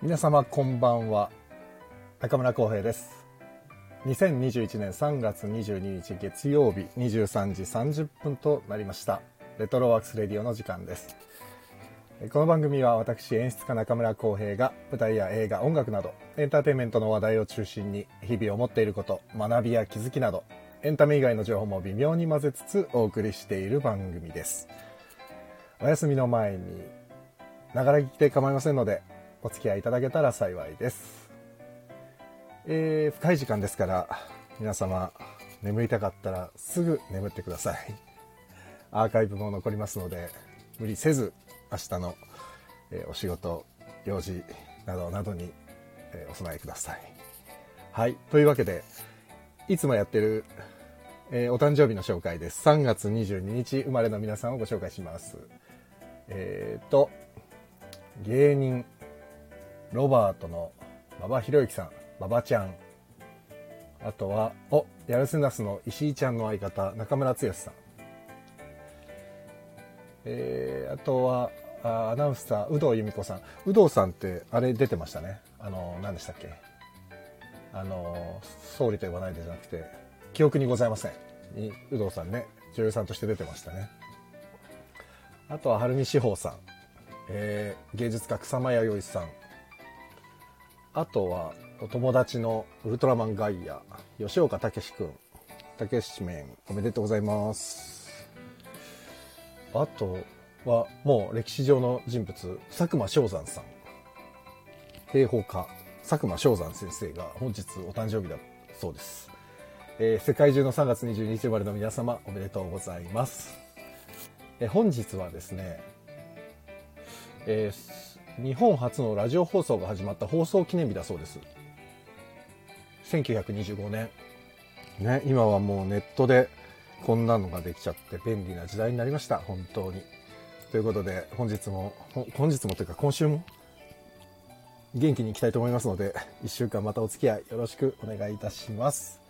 皆様こんばんは中村浩平です2021年3月22日月曜日23時30分となりましたレトロワークスレディオの時間ですえこの番組は私演出家中村浩平が舞台や映画音楽などエンターテインメントの話題を中心に日々思っていること学びや気づきなどエンタメ以外の情報も微妙に混ぜつつお送りしている番組ですお休みの前にながら聞きで構いませんのでお付き合いいただけたら幸いです、えー深い時間ですから皆様眠りたかったらすぐ眠ってくださいアーカイブも残りますので無理せず明日の、えーお仕事用事などなどに、えーお備えくださいはいというわけでいつもやってる、えーお誕生日の紹介です3月22日生まれの皆さんをご紹介しますえっ、と芸人ロバートの馬場博之さん、馬場ちゃん。あとは、お、ヤルセナスの石井ちゃんの相方、中村剛さん。えーあとは、あアナウンサー、有働由美子さん。有働さんって、あれ出てましたね。あの、何でしたっけ。あの、総理と言わないでじゃなくて、記憶にございません。に、有働さんね、女優さんとして出てましたね。あとは、晴海志保さん。えー芸術家草間彌生さんあとはお友達のウルトラマンガイア吉岡武史くん武史面おめでとうございますあとはもう歴史上の人物佐久間昌山さん兵法家佐久間昌山先生が本日お誕生日だそうです、えー世界中の3月22日生まれの皆様おめでとうございます、えー本日はですねえーす日本初のラジオ放送が始まった放送記念日だそうです1925年ね今はもうネットでこんなのができちゃって便利な時代になりました本当にということで本日もほ本日もというか今週も元気にいきたいと思いますので1週間またお付き合いよろしくお願いいたします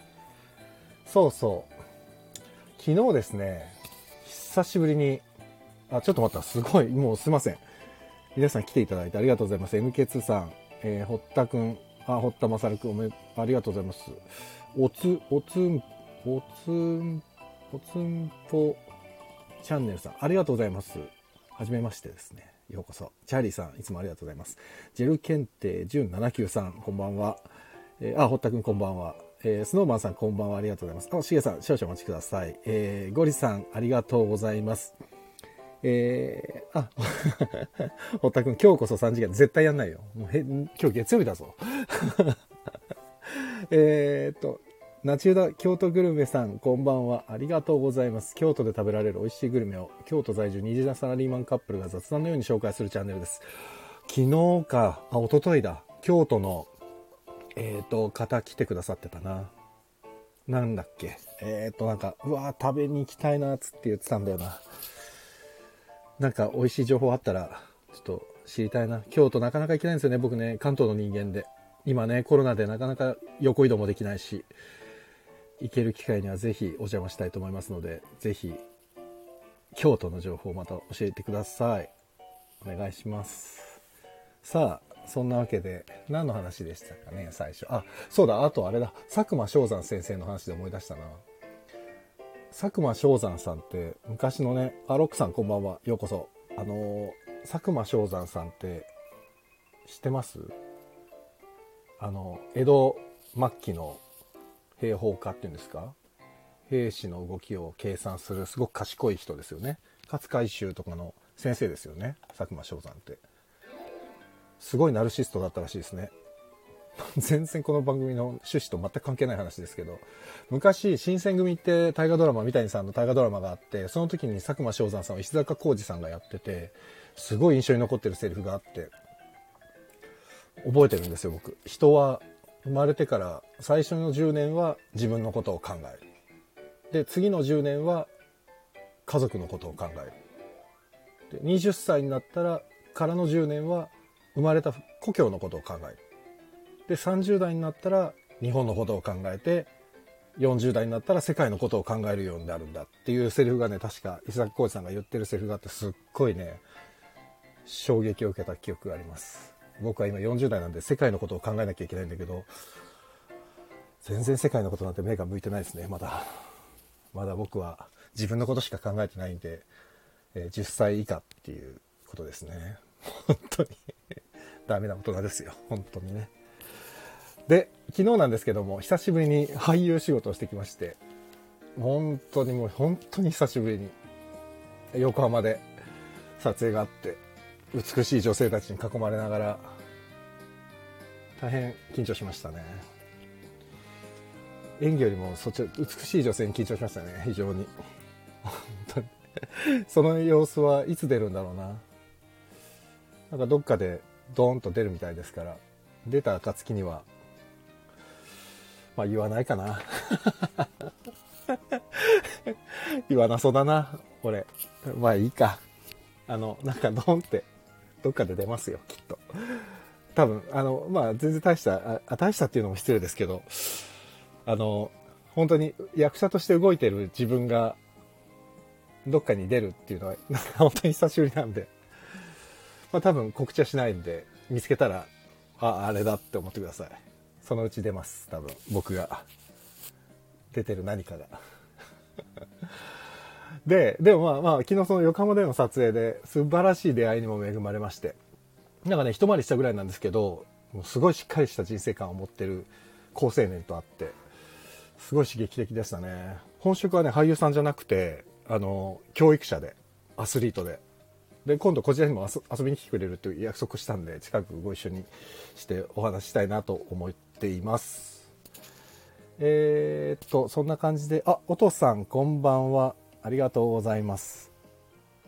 そうそう昨日ですね久しぶりにあちょっと待ったすごいもうすいません皆さん来ていただいてありがとうございます。MK2 さん、えー、堀田くん、あ、堀田正くん、おめ、ありがとうございます。おつ、おつん、おつん、おつんぽチャンネルさん、ありがとうございます。はじめましてですね。ようこそ。チャーリーさん、いつもありがとうございます。ジェル検定1079さん、こんばんは。えー、あ、堀田くん、こんばんは。えー、スノーマンさん、こんばんは。ありがとうございます。あ、しげさん、少々お待ちください。えー、ゴリさん、ありがとうございます。えー、あ、 堀田くん、今日こそ3時間、絶対やんないよ。もうへ今日月曜日だぞ。 えーっと、ナチュダ京都グルメさん、こんばんは。ありがとうございます。京都で食べられる美味しいグルメを、京都在住二次なサラリーマンカップルが雑談のように紹介するチャンネルです。昨日か、あ、一昨日だ。京都の、えーっと、方来てくださってたな。なんだっけ。えーっと、なんか、うわー食べに行きたいな、つって言ってたんだよな。なんか美味しい情報あったら、ちょっと知りたいな。京都なかなか行けないんですよね、僕ね、関東の人間で。今ね、コロナでなかなか横移動もできないし、行ける機会にはぜひお邪魔したいと思いますので、ぜひ、京都の情報をまた教えてください。お願いします。さあ、そんなわけで、何の話でしたかね、最初。あ、そうだ、あとあれだ、佐久間昌山先生の話で思い出したな。佐久間昌山さんって昔のねあロックさんこんばんはようこそあのー佐久間昌山さんって知ってますあの江戸末期の兵法家っていうんですか兵士の動きを計算するすごく賢い人ですよね勝海舟とかの先生ですよね佐久間昌山ってすごいナルシストだったらしいですね 全然この番組の趣旨と全く関係ない話ですけど昔新選組って大河ドラマ三谷さんの大河ドラマがあってその時に佐久間翔山さんを石坂浩二さんがやっててすごい印象に残ってるセリフがあって覚えてるんですよ僕人は生まれてから最初の10年は自分のことを考えるで次の10年は家族のことを考えるで20歳になったらからの10年は生まれた故郷のことを考えるで30代になったら日本のことを考えて40代になったら世界のことを考えるようになるんだっていうセリフがね確か伊坂浩二さんが言ってるセリフがあってすっごいね衝撃を受けた記憶があります僕は今40代なんで世界のことを考えなきゃいけないんだけど、全然世界のことなんて目が向いてないですね、まだ。まだ僕は自分のことしか考えてないんで、えー10歳以下っていうことですね。本当に。 ダメな大人ですよ、本当にね。で、昨日なんですけども、久しぶりに俳優仕事をしてきまして、本当にもう本当に久しぶりに、横浜で撮影があって、美しい女性たちに囲まれながら、大変緊張しましたね。演技よりもそっち、美しい女性に緊張しましたね、非常に。本当に。その様子はいつ出るんだろうな。なんかどっかでドーンと出るみたいですから、出た暁には、まあ言わないかな。言わなそうだな、俺。まあいいか。あの、なんかドーンって、どっかで出ますよ、きっと。多分、あの、まあ全然大した、あ大したっていうのも失礼ですけど、あの、本当に役者として動いてる自分が、どっかに出るっていうのは、なんか本当に久しぶりなんで、まあ多分告知はしないんで、見つけたら、あ、あれだって思ってください。そのうち出ます、多分、僕が。出てる何かが。 で、でもまあまあ、昨日その横浜での撮影で、素晴らしい出会いにも恵まれまして、なんかね、一回りしたぐらいなんですけど、もうすごいしっかりした人生観を持ってる好青年と会って、すごい刺激的でしたね。本職はね、俳優さんじゃなくて、あの、教育者で、アスリートで。で、今度こちらにも遊遊びに来てくれるという約束したんで、近くご一緒にしてお話ししたいなと思っています。えーっと、そんな感じで、あ、お父さん、こんばんは。ありがとうございます。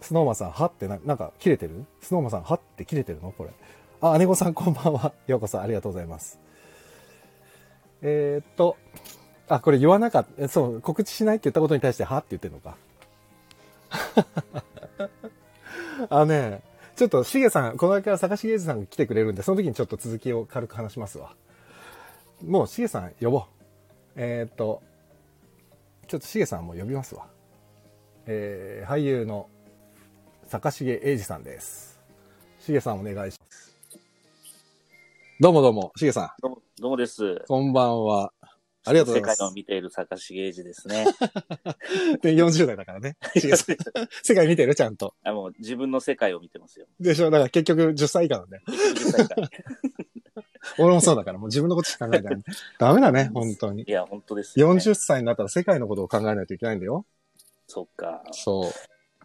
スノーマンさん、はってな、なんか切れてるスノーマンさん、はって切れてるのこれ。あ、姉子さん、こんばんは。ようこそ、ありがとうございます。えーっと、あ、これ言わなかった。そう、告知しないって言ったことに対して、はって言ってるのか。あのね、ちょっとしげさん、この間から坂重英二さんが来てくれるんで、その時にちょっと続きを軽く話しますわ。もうしげさん呼ぼう。えーっと、ちょっとしげさんも呼びますわ。えー俳優の坂重英二さんです。しげさんお願いします。どうもどうも、しげさん、どうも、どうもです。こんばんは。ありがとうございます世界を見ている坂重英二ですね。 で40代だからね。しげさん世界見てるちゃんと。 あもう自分の世界を見てま すよ。でしょだから結局10歳以下なんだよ。 10歳から俺もそうだから、もう自分のことしか考えてない。 ダメだね、本当に。いや、本当ですよ、ね。 40歳になったら世界のことを考えないといけないんだよ。そっか。そう。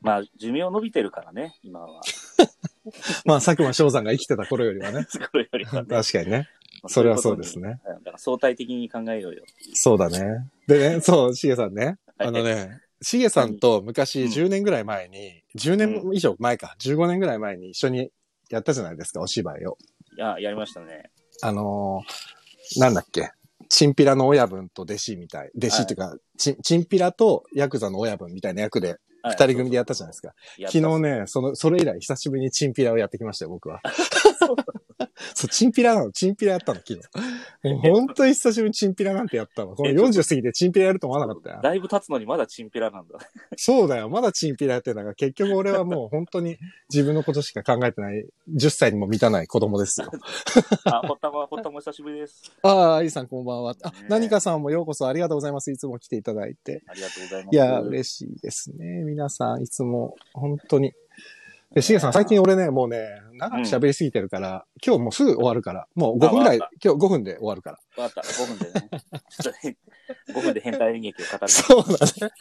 まあ、寿命伸びてるからね、今 は。まあ、佐久間翔さんが生きてた頃よりは ね。これよりは確ね。かにね。まあそれはそうです。ね。そういうことにうんだから相対的に考えようよっていう。そうだね。でね、そう、しげさんね。はいあのね、しげさんと昔うん10年ぐらい前に、10年う以上前か、15年ぐらい前に一緒にやったじゃないですか、お芝居を。いや、やりましたね。あのーなんだっけ。チンピラの親分と弟子みたい。弟子っていうか、チンチンピラとヤクザの親分みたいな役で、はい二人組でやったじゃないですか。やった昨日ね、その、それ以来久しぶりにチンピラをやってきましたよ、僕 は。そうそう、チンピラなの、チンピラやったの、昨日。もう本当に久しぶりにチンピラなんてやったわ。この40過ぎてチンピラやると思わなかったよ。だいぶ経つのにまだチンピラなん だ。そうだよ。まだチンピラやってんだから、結局俺はもう本当に自分のことしか考えてない、10歳にも満たない子供です よ。あ、ほったま、ほったま久しぶりです。ああ、あゆさんこんばんは。あ、何かさんもようこそありがとうございます。いつも来ていただいて。ありがとうございます。いや、嬉しいですね。皆さん、いつも本当に。で、しげさん、最近俺ね、もうね、長く喋りすぎてるから、今日もうすぐ終わるから、もう5分ぐらいあわか、今日5分で終わるから。わかった、5分でね。ちょっとね、5分で変態演劇を語る。そうだね。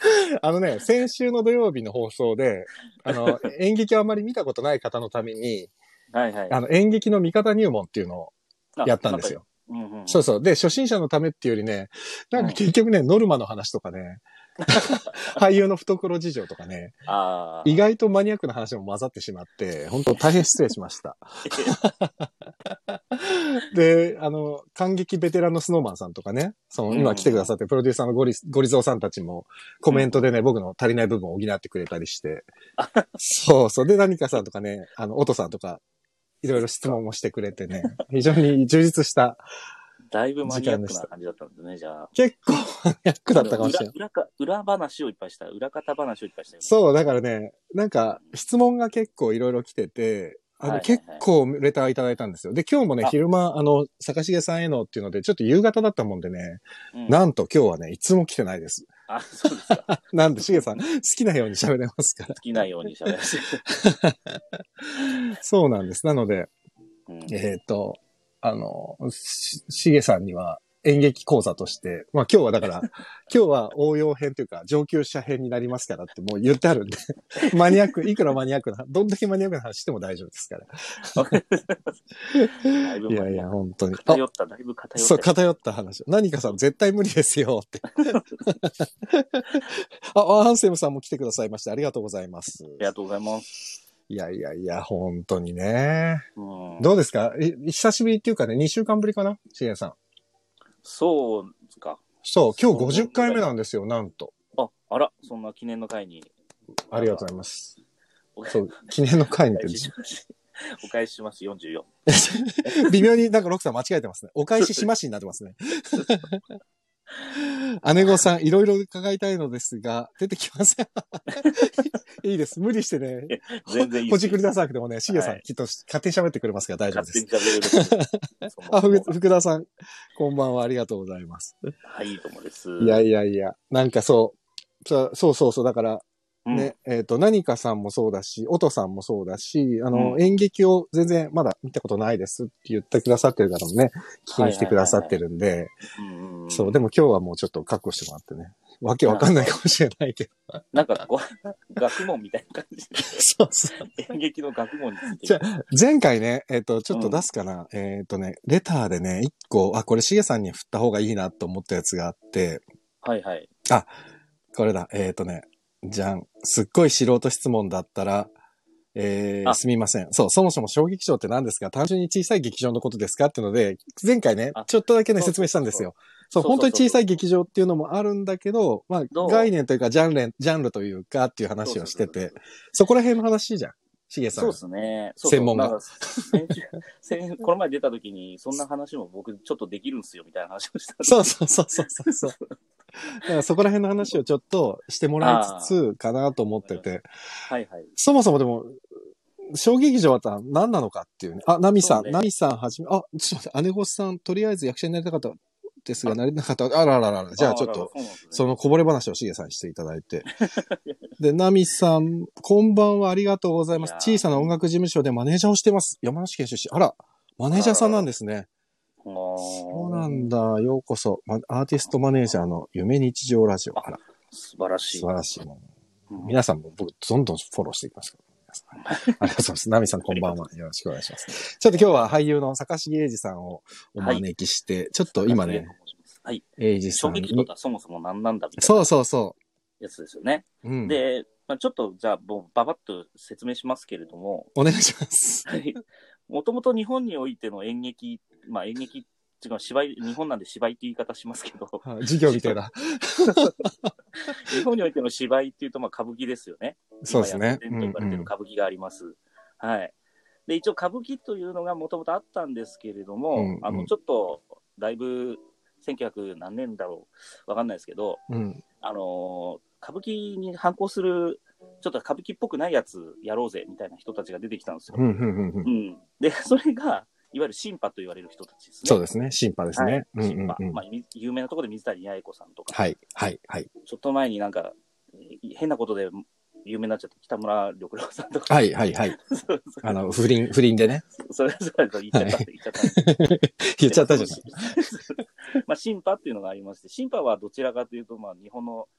あのね、先週の土曜日の放送で、あ の、演劇をあまり見たことない方のために、はいはい。あの、演劇の味方入門っていうのをあやったんです。よ。なんかうんうん。そうそう。で、初心者のためっていうよりね、なんか結局ね、ノルマの話とか ね、俳優の懐事情とかね、ああ。意外とマニアックな話も混ざってしまって、本当大変失礼しました。で、あの、感激ベテランのスノーマンさんとかね、その今来てくださってるプロデューサーのゴリゴリゾーさんたちもコメントでね、僕の足りない部分を補ってくれたりして、そうそう。で、何かさんとかね、あの、オトさんとか、いろいろ質問もしてくれてね、非常に充実した、だいぶマニアックな感じだったんですね、じゃあ。結構マニアックだったかもしれない。裏裏か裏話をいっぱいした。裏方話をいっぱいしたよね。そう、だからね、なんか質問が結構いろいろ来てて、あの、はい結構レターいただいたんですよ。で、今日もね、あ昼間、あの、坂重さんへのっていうので、ちょっと夕方だったもんでね、うんなんと今日はね、いつも来てないです。あ、そうですか。好なんで、しげさん、好きなように喋れます から。きなように喋らせ て。そうなんです。なので、うんえっ、と、あの、ししげさんには演劇講座として、まあ今日はだ から、今日は応用編というか上級者編になりますからってもう言ってあるん で、マニアック、いくらマニアックな、どんだけマニアックな話しても大丈夫ですから。だいいぶやいや、本当に。あ偏った、だいぶ偏った。そう、偏った話。何かさん、絶対無理ですよって。あ、アンセムさんも来てくださいまして、ありがとうございます。ありがとうございます。いやいやいや、本当にね。うん、どうですかい久しぶりっていうかね、2週間ぶりかなしげさん。そうですか。そう、今日そう50回目なんですよ、なんと。あ、あら、そんな記念の会に。ありがとうございます。おそ返う、記念の会にって、しします。お返しします、44。微妙になんかロクさん間違えてますね。お返ししましになってますね。姉御さん、いろいろ伺いたいのですが、出てきません。 いいです。無理してね。全然いいほですじくり出さなくてもね、しげさはんいきっと勝手に喋ってくれますから大丈夫勝で手にす。喋れ る。そのあ、ふ福田さん、こんばんは。ありがとうございます。はい、いいと思です。いやいやいや、なんかそう、そうそうそうそう、だから、うん、ね、えっ、と、何かさんもそうだし、音さんもそうだし、あの、うん演劇を全然まだ見たことないですって言ってくださってる方もね、聞きに来てくださってるんで、うんうんそう、でも今日はもうちょっと覚悟してもらってね、わけわかんないかもしれない けど、なんかこう、学問みたいな感じ そうそう。で、演劇の学問について。じゃ前回ね、えっ、と、ちょっと出すかな、えっ、とね、レターでね、一個、あ、これしげさんに振った方がいいなと思ったやつがあって、はいはい。これだ、えっ、とね、じゃん、すっごい素人質問だったら、えー、あすみません。そう、そもそも小劇場って何ですか単純に小さい劇場のことですかっていうので、前回ねあ、ちょっとだけね、そう説明そうそうしたんですよ。そう、そうそうそう本当に小さい劇場っていうのもあるんだけど、まどあ、う概念というか、ジャンル、ジャンルというかっていう話をしてて、そこら辺の話じゃん。しげさん。そうですね。そうそう専門がなんか先週先この前出た時に、そんな話も僕ちょっとできるんすよみたいな話をしたんでそうそうそうそうそうそう。だからそこら辺の話をちょっとしてもらいつつかなと思ってて、はいはい。そもそもでも、小劇場は何なのかっていうね。あ、ナミさそん、うねナミさんはじめ、あ、ちょっと待って、姉御さん、とりあえず役者になりたかったですが、なれなかった。あらららら、じゃあちょっと、らら、そうなんですねそのこぼれ話をしげさんにしていただいて。で、ナミさん、こんばんは、ありがとうございますい。やー小さな音楽事務所でマネージャーをしてます。山梨県出身。あら、マネージャーさんなんですね。あーそうなんだ。ようこそ、まアーティストマネージャーの夢日常ラジオ。あら、素晴らしい素。晴らしい。うん皆さんも僕、どんどんフォローしていきますから。皆さんありがとうございます。ナミさん、こんばんは。よろしくお願いします。ちょっと今日は俳優の坂重英二さんをお招きして、ちょっと今ね、。はい。英二さ衝んに撃。とかそもそも何なんだみたいそなうそうそやつですよね。う。うん。で、まあ、ちょっとじゃあ、もうババッと説明しますけれども、お願いし ます。もともと日本においての演劇、まあ演劇、違う、芝居、日本なんで芝居って言い方しますけど、 はい授業みたいな。日本においての芝居っていうと、まあ歌舞伎ですよね。そうですね。今や古典と呼ばれてる歌舞伎があります。はい。で、一応歌舞伎というのがもともとあったんですけれども、うんうんあの、ちょっと、だいぶ、1900何年だろう、わかんないですけど、うんうんあのー歌舞伎に反抗する、ちょっと歌舞伎っぽくないやつやろうぜみたいな人たちが出てきたんですよ。うんうんうんうんうんで、 それが、いわゆるシンパと言われる人たちですね。そうですね。審判ですね。うんシンパうんうんまあ、み有名なところで水谷八重子さんとか、はい、はい、はい。ちょっと前になんか、え変なことで有名になっちゃった北村緑郎さんとか、はい、はい、はい。 そうそうあの、不倫、不倫でね。 それぞれ言っちゃったって言っちゃったんですけど。言っちゃったじゃない。 まあ、シンパっていうのがありまして、シンパはどちらかというと、まあ、日本の、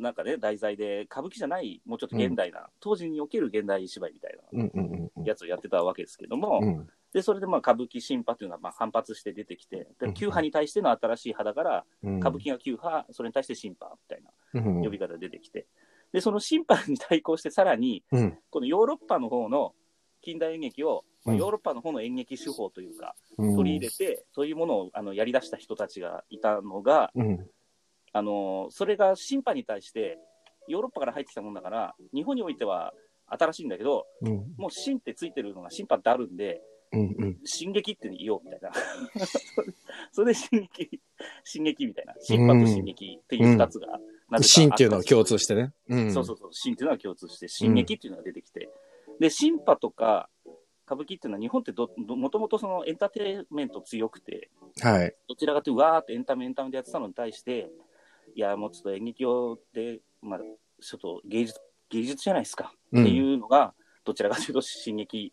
なんかね、題材で、歌舞伎じゃない、もうちょっと現代な、当時における現代芝居みたいうんうんうんなやつをやってたわけですけども、うん。うんで、それでまあ、歌舞伎シンパっていうのがまあ反発して出てきて、うんで、旧派に対しての新しい派だから、うん。歌舞伎が旧派、それに対してシンパみたいなうん呼び方が出てきて、で、そのシンパに対抗して、さらに、うん。このヨーロッパの方の近代演劇を、まあうんヨーロッパの方の演劇手法というか、うん取り入れて、そういうものをあのやり出した人たちがいたのが、うん。あのそれが審判に対して、ヨーロッパから入ってきたもんだから、日本においては新しいんだけど、うん。もう新ってついてるのが審判ってあるんで、うんうん。進撃って言おうみたいな。 それで進撃、進撃みたいな。審判と進撃っていう二つが、なぜかあったんですよ芯っていうのは共通してね。うん。そうそうそう、新っていうのは共通して、進撃っていうのが出てきて、で、進派とか歌舞伎っていうのは日本ってどどもともとそのエンターテインメント強くて、はい。どちらかというと、わーってエンタメエンタメでやってたのに対して、いや、もうちょっと演劇をで、まあ、ちょっと芸術、芸術じゃないですかうんっていうのが、どちらかというと、進撃、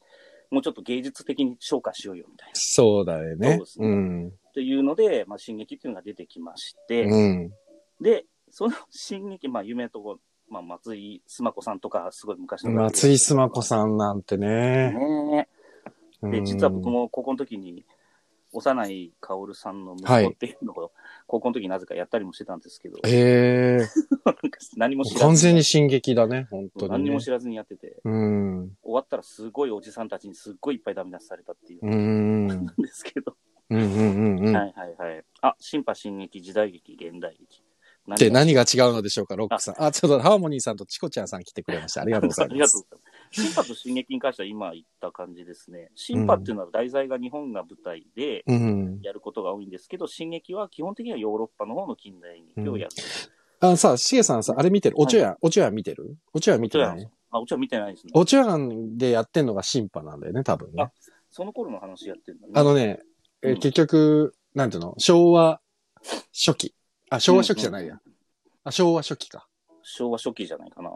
もうちょっと芸術的に昇華しようよみたいな。そうだよそうね。ですねうん。っていうので、まあ、進撃っていうのが出てきまして、うん。で、その進撃、まあ、有名なとこ、まあ、松井須磨子さんとか、すごい昔の。松井須磨子さんなんてね。ねうえ。んで、実は僕も高校の時に、幼い薫さんの息子っていうのを、高校の時になぜかやったりもしてたんですけど、へえ。 何も知らず完全に進撃だね、本当に、ね。何にも知らずにやってて、うん。う終わったらすごいおじさんたちにすっごいいっぱいダメ出しされたっていう。ーん。んですけど、うんうんうんうん。はいはいはい。あ、新派進撃、時代劇、現代劇。何で、何が違うのでしょうか、ロックさん。あ、ちょっとハーモニーさんとチコちゃんさん来てくれました。ありがとうござ あいりまがとすう。ございます。新派と進撃に関しては今言った感じですね。新派っていうのは題材が日本が舞台でうん。やることが多いんですけど、進撃は基本的にはヨーロッパの方の近代劇をやる。あのさ、シゲさんさ、あれ見てるおちょやん、おちょやん見てるおちょやん見おちてょなやんいあ、おちょやん見てないですね。おちょやんでやってんのが審判なんだよね、多分ねあ。その頃の話やってるんだね。あのね、えうん結局、なんていうの昭和初期。あ、昭和初期じゃないや。あ、昭和初期か。昭和初期じゃないかな。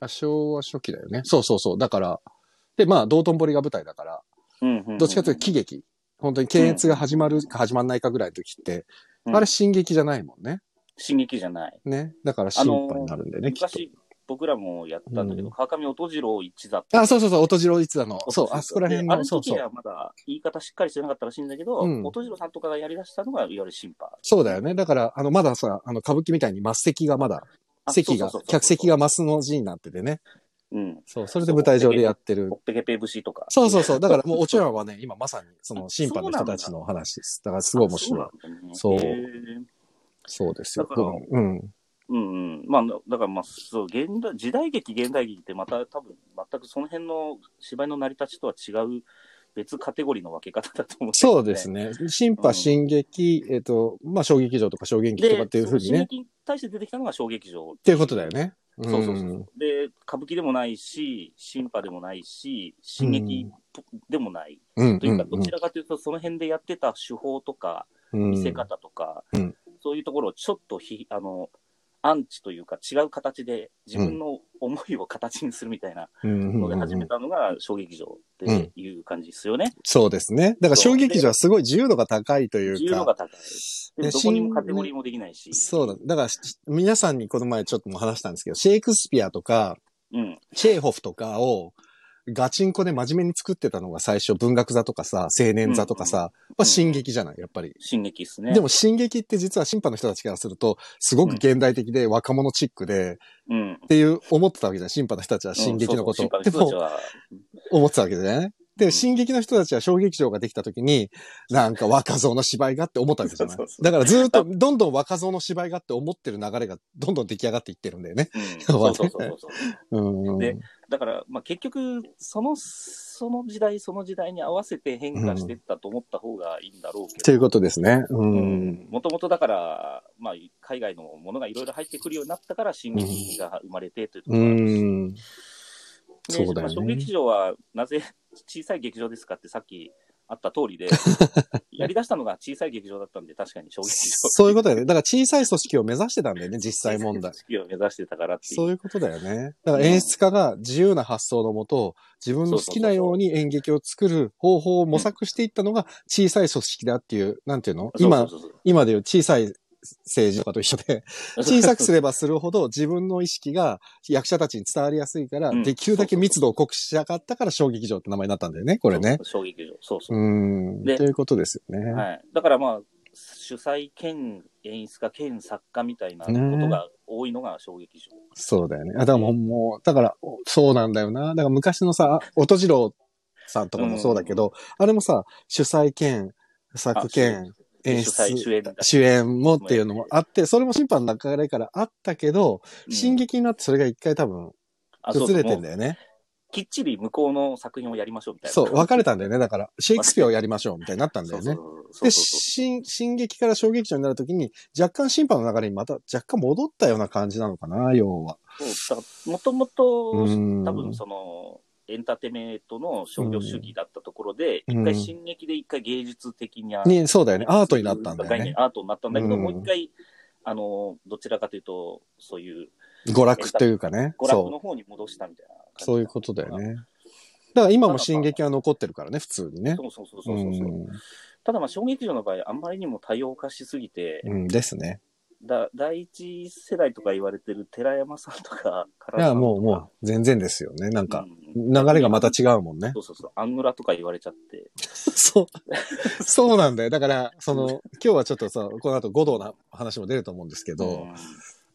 あ、昭和初期だよね。そうそうそう。だから、で、まあ、道頓堀が舞台だから、うんうんうんどっちかというと喜劇。本当に検閲が始まるか始まんないかぐらいの時って、うんあれ進撃じゃないもんね。進撃じゃない。ね。だから審判になるんだよね、きっと。昔、僕らもやったんだけど、うん川上音次郎一座ってあ、そうそうそう、音次郎一座の。そう、あそこら辺であの、のそう時そう。はまだ言い方しっかりしてなかったらしいんだけど、うん音次郎さんとかがやり出したのが、いわゆる審判。そうだよね。だから、あの、まださ、あの、歌舞伎みたいにマス席がまだ、あ席がそうそうそうそ、う客席がマスの字になっててね。うん。そう、それで舞台上でやってるほ。っぺけぺ節とか。そうそうそう。だからもう、おちょやんはね、今まさに、その、審判の人たちのあ話です。だから、すごい面白い。そうなんだそうね。へーそうですよ。だからうん。うんうん。まあ、だからまあ、そう、現代、時代劇、現代劇ってまた多分、全くその辺の芝居の成り立ちとは違う、別カテゴリーの分け方だと思うんけどそうですね。審判、進撃、えっと、まあ、小劇場とか小劇で、とかっていうふうにその進ね。っ撃に対して出てきたのが小劇場。っていうことだよね。んそうそうそう。で、歌舞伎でもないし、新派でもないし、進撃でもない。うん。というか、うんどちらかというと、その辺でやってた手法とか、うん見せ方とか、うんそういうところをちょっとひ、あの、アンチというか違う形で自分の思いを形にするみたいなうんうんのうでん始うめんたのが小劇場っていう感じですよね。そうですね。だから、小劇場はすごい自由度が高いと自いう由か度。が高い。ねでどこにもカテゴリーもできないし。そうだ。だからし、皆さんにこの前ちょっとも話したんですけど、シェイクスピアとか、うん。チェーホフとかを、ガチンコで真面目に作ってたのが最初、文学座とかさ、青年座とかさ、まあ、進撃じゃない、やっぱり。進撃ですね。でも、進撃って実は審判の人たちからすると、すごく現代的で若者チックで、うんっ。ていう思ってたわけじゃん。審判の人たちは進撃のことうんを。そうでそう審判の人たちも、は思ってたわけじゃないうんで、進撃の人たちは小劇場ができた時に、なんか若造の芝居がって思ったわけじゃないそうそうそうだからずっと、どんどん若造の芝居がって思ってる流れがどんどん出来上がっていってるんだよね。うん、そうそうそうそう。うん。でだから、まあ、結局その、その時代、その時代に合わせて変化していったと思った方がいいんだろうけとど、いうことですね。う。うんもともとだから、まあ、海外のものがいろいろ入ってくるようになったから、進撃が生まれてというとこうろがあるしん。でそうだよまあ小ね劇。場はなぜ小さい劇場ですかってさっきあった通 りで、やり出したのが小さい劇場だったんで、確か に小劇場。そういうことだよね。だから小さい組織を目指してたんだよね、 実際問 題。小さい組織を目指してたからっていそうう。いうことだよね。だから演出家が自由な発想のもと、自分の好きなように演劇を作る方法を模索していったのが小さい組織だっていう、なんていうの今、そうそう今でいう小さい政治とかと一緒 で、そう小さくすればするほど自分の意識が役者たちに伝わりやすいからう、んできるだけ密度を濃くしやがったから小劇場って名前になったんだよね、これね。。 そうそう小劇場。そうそうう。ん。とでいうことですよね。はい、だからまあ、主催兼演出家兼作家みたいなこねとが多いのが小劇場。そうだよね。あ、だからもう、もう、だから、おそうなんだよな。だから昔のさ、あ音次郎さんとかもそうだけど、あれもさ、主催兼、あ作兼、演主催、出、主演だ。主演もっていうのもあって、それも審判の流れからあったけど、うん進撃になってそれが一回多分、あそう崩れてんもうだよね。きっちり向こうの作品をやりましょうみたいな。そう、分かれたんだよね。だから、シェイクスピアをやりましょうみたいになったんだそようそうね。そう。で、そう進、進撃から小劇場になるときに、若干審判の流れにまた若干戻ったような感じなのかな、要は。そうそうだからもともと、うん多分その、エンターテインメントの商業主義だったところで、う一、ん回進撃で一回芸術的な、に、そうだよね。アートになったんだよ概念ね。アートになったんだけど、うんもう一回、あの、どちらかというと、そういう娯楽というかね。娯楽のそ方に戻したみたいな感う。じそういうことだよ。ね。だから今も進撃は残ってるからね、普通にね。そうそうそううそうそう。ん。ただまあ、小劇場の場合、あんまりにも多様化しすぎて、うんですね。だ第一世代とか言われてる寺山さんとか、唐い沢さや、んとかもう、もう、全然ですよね。なんか、うん流れがまた違うもんねそ。うそうそう、アングラとか言われちゃって、そう。そうなんだよ。だから、その、今日はちょっとさ、この後五道の話も出ると思うんですけど、ん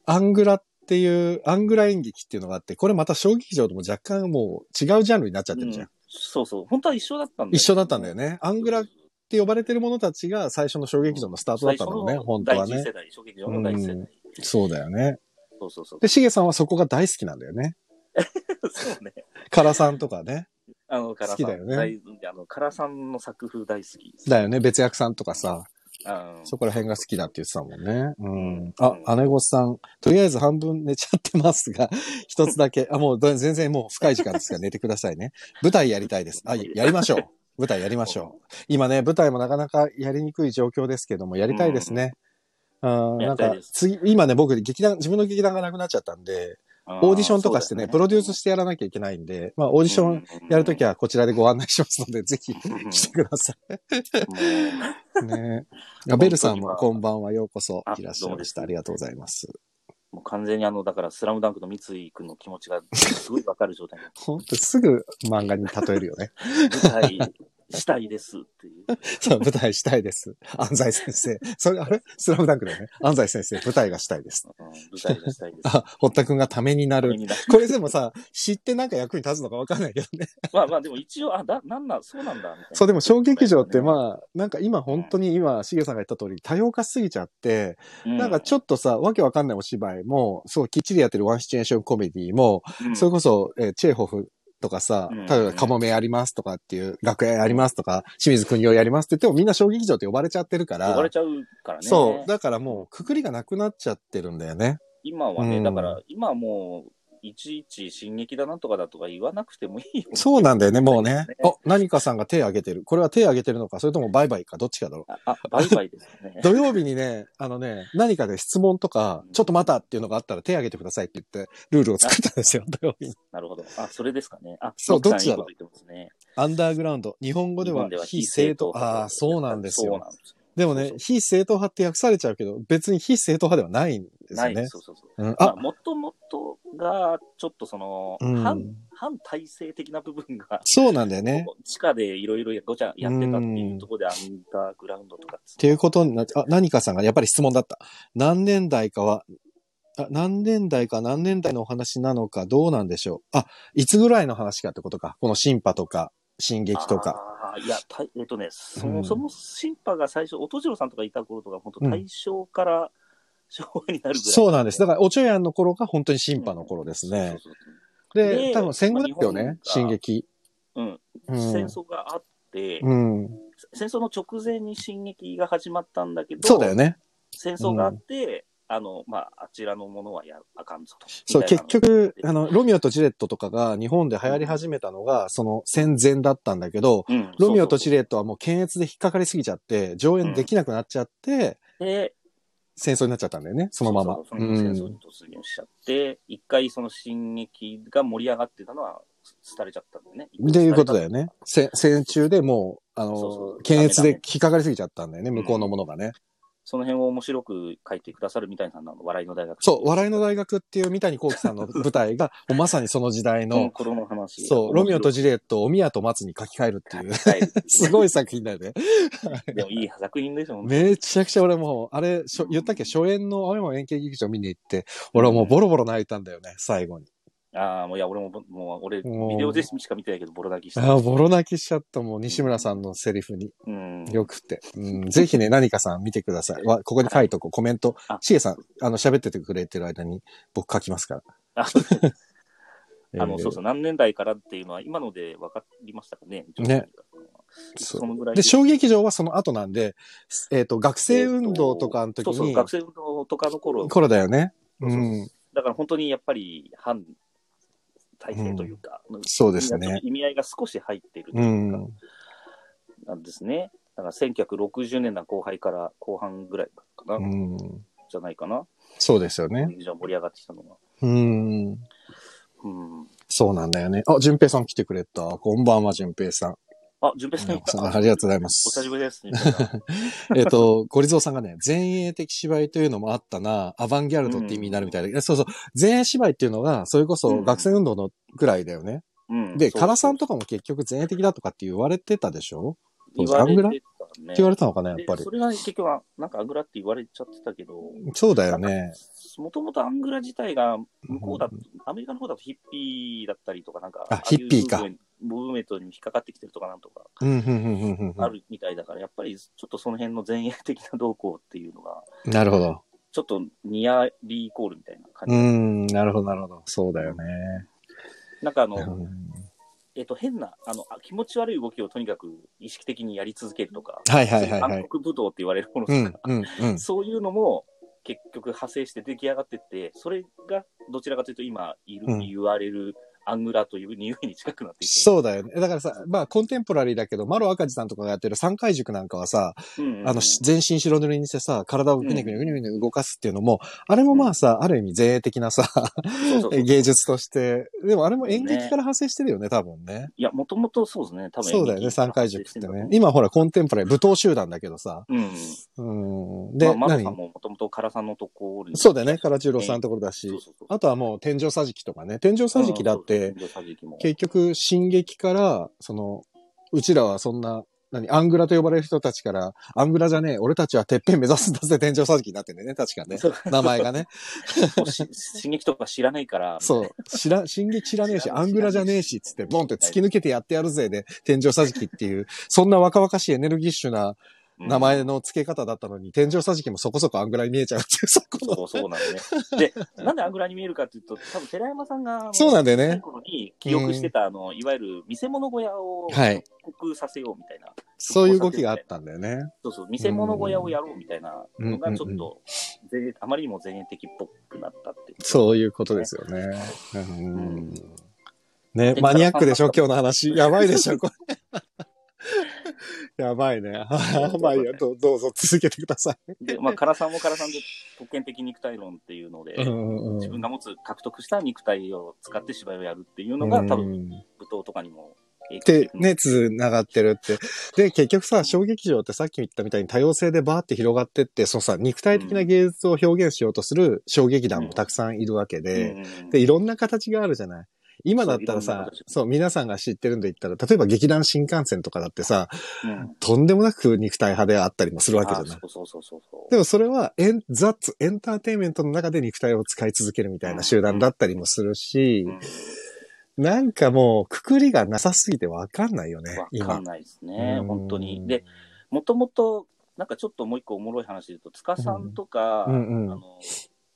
アングラっていう、アングラ演劇っていうのがあって、これまた小劇場とも若干もう違うジャンルになっちゃってるじゃん。うそうそう、本当は一緒だったんだよね一緒だったんだよ。ね。アングラって呼ばれてる者たちが最初の小劇場のスタートだったんだろうね、最初の本当は第一ね世。代、小劇場の第一世代。うんそうだよね。そうそ うそう。で、しげさんはそこが大好きなんだよね。そうね。カラさんとかね。あの、カラさん。好きだよね大あの、カラさんの作風大好きです。だよね。別役さんとかさ、あのそこら辺が好きだって言ってたもんね。うん。うんあ、姉御さん、とりあえず半分寝ちゃってますが、 一つだけ、あ、もうど全然もう深い時間ですから寝てくださいね。舞台やりたいです。あ、やりましょう。舞台やりましょう。今ね、舞台もなかなかやりにくい状況ですけども、やりたいですね。うん、やなんりたいかです、次、今ね、僕、劇団、自分の劇団がなくなっちゃったんで、あオーディションとかしてね、そうだよプロデュースしてやらなきゃいけないんで、まあ、オーディションやるときはこちらでご案内しますので、ぜひうんうんうん来てくださもうい。ね。当にベルさんも まあこんばんは、ようこそあいらっしゃいました。どうもですありがとうございます。もう完全にあの、だから、スラムダンクの三井君の気持ちがすごいわかる状態になってほんとすぐ漫画に例えるよ ね。舞台したいですっていう。そう、舞台したいです。安西先生。それ、あれスラムダンクだよね。安西先生、舞台がしたいです。うん舞台がしたいです。 あ、堀田くんがためになためる。になるこれでもさ、知ってなんか役に立つのかわかんないけど ね。まあまあ、でも一応、あ、だ、なんなん、そうなんだ、みたいな。そう、でも小劇場ってあ、まあ、なんか今本当に今、しげさんが言った通り多様化しすぎちゃって、なんかちょっっとさ、わけわかんないお芝居も、そう、きっちりやってるワンシチュエーションコメディも、と、それこそ、えーチェーホフとかさ、うん例えばカモメやりますとかっていう、楽屋やりますとか、清水国をやりますって言ってもみんな小劇場って呼ばれちゃってるから、呼ばれちゃうからね。そう、だからもう、くくりがなくなっちゃってるんだよね。今はうね、んだから、今はもう、いちいち進撃だなんとかだとか言わなくてもいいよ。そうなんだよね、もうね。そうお、何かさんが手挙げてる。これは手挙げてるのか、それともバイバイか、どっちかだろう。あ、あバイバイですね。土曜日にね、あのね、何かで質問とか、ちょっと待ったっていうのがあったら手挙げてくださいって言って、ルールを作ったんですよ、土曜日に。なるほど。あ、それですかね。あ、そうロッどクさんっちだいいろこうと言ってますね。アンダーグラウンド。日本語では非正当。ああ、そうなんですそうよな。んですよでもねそう、非正当派って訳されちゃうけど、別に非正当派ではないんですなよいね。そうそうそうう。ん、まあ、あ、もともとが、ちょっとその、うん反、反体制的な部分が、そうなんだよね。地下でいろいろごちゃやってたっていうところで、アンダーグラウンドとかっっていうことになって、あ、何かさんがやっぱり質問だった。何年代かは、あ何年代か何年代のお話なのかどうなんでしょう。あ、いつぐらいの話かってことか。この新派とか、進撃とか。あー。いや、たえっとね、そうんもそも審判が最初、音次郎さんとかいた頃とか、本当うん大正から昭和になるぐらい、そうなんです。だかから、おちょやんの頃が本当に新派の頃ですね。そうそうで、で多分戦後ですよね、日本進が撃。そうううんん。戦争があって、うん。戦争の直前に進撃が始まったんだけど、そうだよね。戦争があって、あの、まあ、あちらのものはやあかんぞと。そう、みたい結な局、のあの、ロミオとジュレットとかが日本で流行り始めたのが、その戦前だったんだけど、うんロミオとジュレレットはもう検閲で引っかかりすぎちゃって、上演できなくなっちゃって、で、戦争になっちゃったんだよね、そのまま。そううそうそう戦争んに突入しちゃって、一回その進撃が盛り上がってたのは、廃れちゃったんだよね。っていうことだよね。せ戦中でもう、あの、そうそう検閲で引っかかりすぎちゃったんだよね、ん向こうのものがね。その辺を面白く書いてくださるみたいなのが笑いの大学そう、笑いの大学っていう三谷幸喜さんの舞台 が、もうまさにその時代のの、子供の話。そう、ロミオとジジュレットを宮と松に書き換えるって いう、ュすごい作品だよね。 でもいい作品ですもんね。めちゃくちゃ俺もう、あれ、しょ言ったっけ、初演の青山円形劇場見に行って、俺はもうボロボロ泣いたんだよね、最後に。ああ、もういや、俺も、もう、俺、もうビデオでしか見てないけど、ボロ泣きした。ああ、ボロ泣きしちゃった、もう西村さんのセリフにうん。よくて。うん、ぜひね、何かさん見てください。わここに書いとこう、コメントあ。しげさん、あの、喋っててくれてる間に僕書きますから。ああ えの、ーそうそう、何年代からっていうのは、今ので分かりましたかね。ねそうそのぐらいで、小劇場はその後なんで、えっ、と、学生運動とかの時そうそう、に、学生運動とかの頃、頃だよね。そうう。そうんだから本当にやっぱり、反体制というか、そうですねちょっと意味合いが少し入ってるとういうか、ん。なんですね。だから1960年代後輩から後半ぐらいかな、うん。じゃないかな。そうですよね。じゃあ盛り上がってきたのが。うん。うん。そうなんだよね。あ、淳平さん来てくれた。こんばんは、淳平 さん。あ、順平さんいた。ありがとうございまお久しす。ぶりです、順平さんえっと、ゴリゾウさんがね、前衛的芝居というのもあったな、アバンギャルドって意味になるみたいな。そうそう。前衛芝居っていうのが、それこそ学生運動のくらいだよね。うん。で、そうカラさんとかも結局前衛的だとかって言われてたでしょ言われてたね。って言われたのかな、やっぱりでそ。れが結局は、なんかアグラって言われちゃってたけど、そうだよね。もともとアングラ自体が、向こうだと、アメリカの方だとヒッピーだったりとか、なんか、あヒッピーかああいうムーブメントに引っかかってきてるとかなんとかうん、うん、うん、うんうんあるみたいだから、やっぱりちょっとその辺の前衛的な動向っていうのが、うん。なるほど。ちょっとニアリーイコールみたいな感うじ。ん、なるほど、なるほど。そうだよね。なんかあの、うんえっと、変な、あの、あ気持ち悪い動きをとにかく意識的にやり続けるとか、はいはいはいはい暗。黒武道って言われるものとうか、ん、うん、うん。そういうのも結局派生して出来上がってって、それがどちらかというと今いる、うん言われるアングラという匂いに近くなってきてそうだよね。だからさ、まあコンテンポラリーだけど、マロ赤字さんとかがやってる三階塾なんかはさ、うんうんうんあの、し全身白塗りにしてさ、体をぐねぐねぐねぐね動かすっていうのも、あれもまあさ、ある意味前衛的なさ、そうそうそう芸術として、でもあれも演劇ねから派生してるよね、多分ね。いや、もともとそうですね、多分そうだよね、三階塾ってね。今ほらコンテンポラリー、舞踏集団だけどさ、うん。うん。で、まで、あ、マロさん何ももともと唐さんのところに。そうだよね、唐十郎さんのところだそうし、そうそう。あとはもう天井桟敷とかね、天井桟敷だって、うん、そうそう桟敷も結局、進撃から、その、うちらはそんな、何、アングラと呼ばれる人たちから、アングラじゃねえ、俺たちはてっぺん目指すんだぜ、天井桟敷になってんだよね、確かね。そう名前がね。 もうし進撃とか知らないから、そう。知ら、進撃知らねえし、知らねえアングラじゃねえし、つって、ボンって突き抜けてやってやるぜ、で、天井桟敷っていう、そんな若々しいエネルギッシュなうん名前の付け方だったのに、天井桟敷もそこそこアングラに見えちゃうっていう、そこそうそうなのね。で、なんでアングラに見えるかっていうと、多分寺山さんが、そうなんだよね若い頃に記憶してた、あの、いわゆる見せ物小屋をの、はい。復刻させようみたいな、そういう動きがあったんだよね。そうそう、見せ物小屋をやろうみたいなのが、ちょうんうんっうんと、前衛あまりにも前衛的っぽくなったっていう。そういうことですよね。うんんね、でマニアックでし ょ、カ今日の話。やばいでしょ、こ れ。やばいね。まあいいや、どうどうぞ続けてください。で、まあ、唐さんも唐さんで特権的肉体論っていうので、うん自分が持つ獲得した肉体を使って芝居をやるっていうのが、多分、分。舞踏とかにも影響してでく、るね、つながってるって。で、結局さ、小劇場ってさっき言ったみたいに多様性でバーって広がってって、そのさ、肉体的な芸術を表現しようとする小劇団もたくさんいるわけで、うんうんうんで、いろんな形があるじゃない。今だったらそういろさんな、形そう、皆さんが知ってるんで言ったら、例えば劇団新幹線とかだってさ、うんとんでもなく肉体派であったりもするわけじゃあない。そうそうそうそうそう。でもそれはエン、ザッツ、エンターテインメントの中で肉体を使い続けるみたいな集団だったりもするしう、んなんかもう、くくりがなさすぎてわかんないよね、わか今ん。ないですねう、ん本当に。で、、もともと、なんかちょっともう一個おもろい話で言うと、塚さんとか、うんうんあの、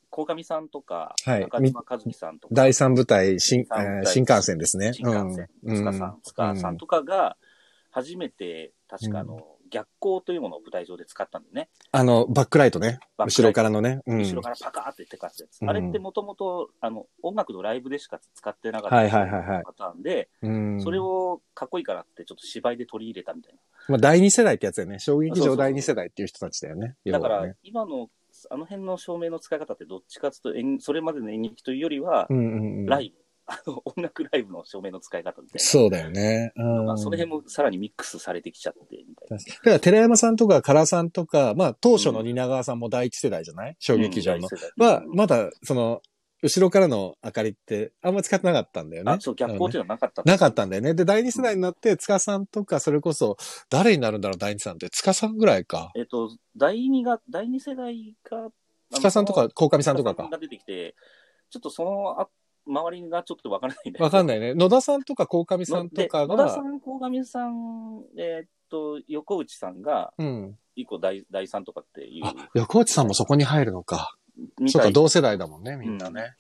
鴻上さんとか、はい中島和樹さんとか、第三部隊、新第三部えー隊新幹線ですね。新幹線、うん塚さん、塚さんとかが、初めて、確かあの、逆光というものを舞台上で使ったんでね、あの、バックライトね。バッ後クラろイトからのね。うん後ろからパカーって手かすやつ。うんあれってもともと、あの、音楽のライブでしか使ってなかっはいはいはいはいたパターンで、うんそれをかっこいいからって、ちょっと芝居で取り入れたみたいな。まあ、第二世代ってやつだよね。小劇そうそうそ場う第二世代っていう人たちだよね。だか要はらね、今の、あの辺の照明の使い方って、どっちかというと演、それまでの演劇というよりはう、んうんうん。ライブ、 あの音楽ライブの照明の使い方みたいそうだよね。な、うまあ、ん。その辺もさらにミックスされてきちゃって、みたい確かにな。だから、寺山さんとか、唐さんとか、まあ、当初の蜷川さんも第一世代じゃない小劇場の。は、うんまだ、その、後ろからの明かりって、あんま使ってなかったんだよね。あそう、逆光というのはなかったあのねなかったんだよね。で、第二世代になって、塚さんとか、それこそ、誰になるんだろう、第二世代って。塚さんぐらいか。えっと、第二が、第二世代が、あの塚さんとか、、鴻上さんとか塚か。が出てきて、ちょっとそのあ周りがちょっとわからないね。わかんない。ないね。野田さんとか、鴻上さんとかで野田がさ、ん、鴻上さん、えっと、横内さんが、うん。一個第第三とかっていう。あ、横内さんもそこに入るのか。みそうたか、いな同世代だもんね、みんなね。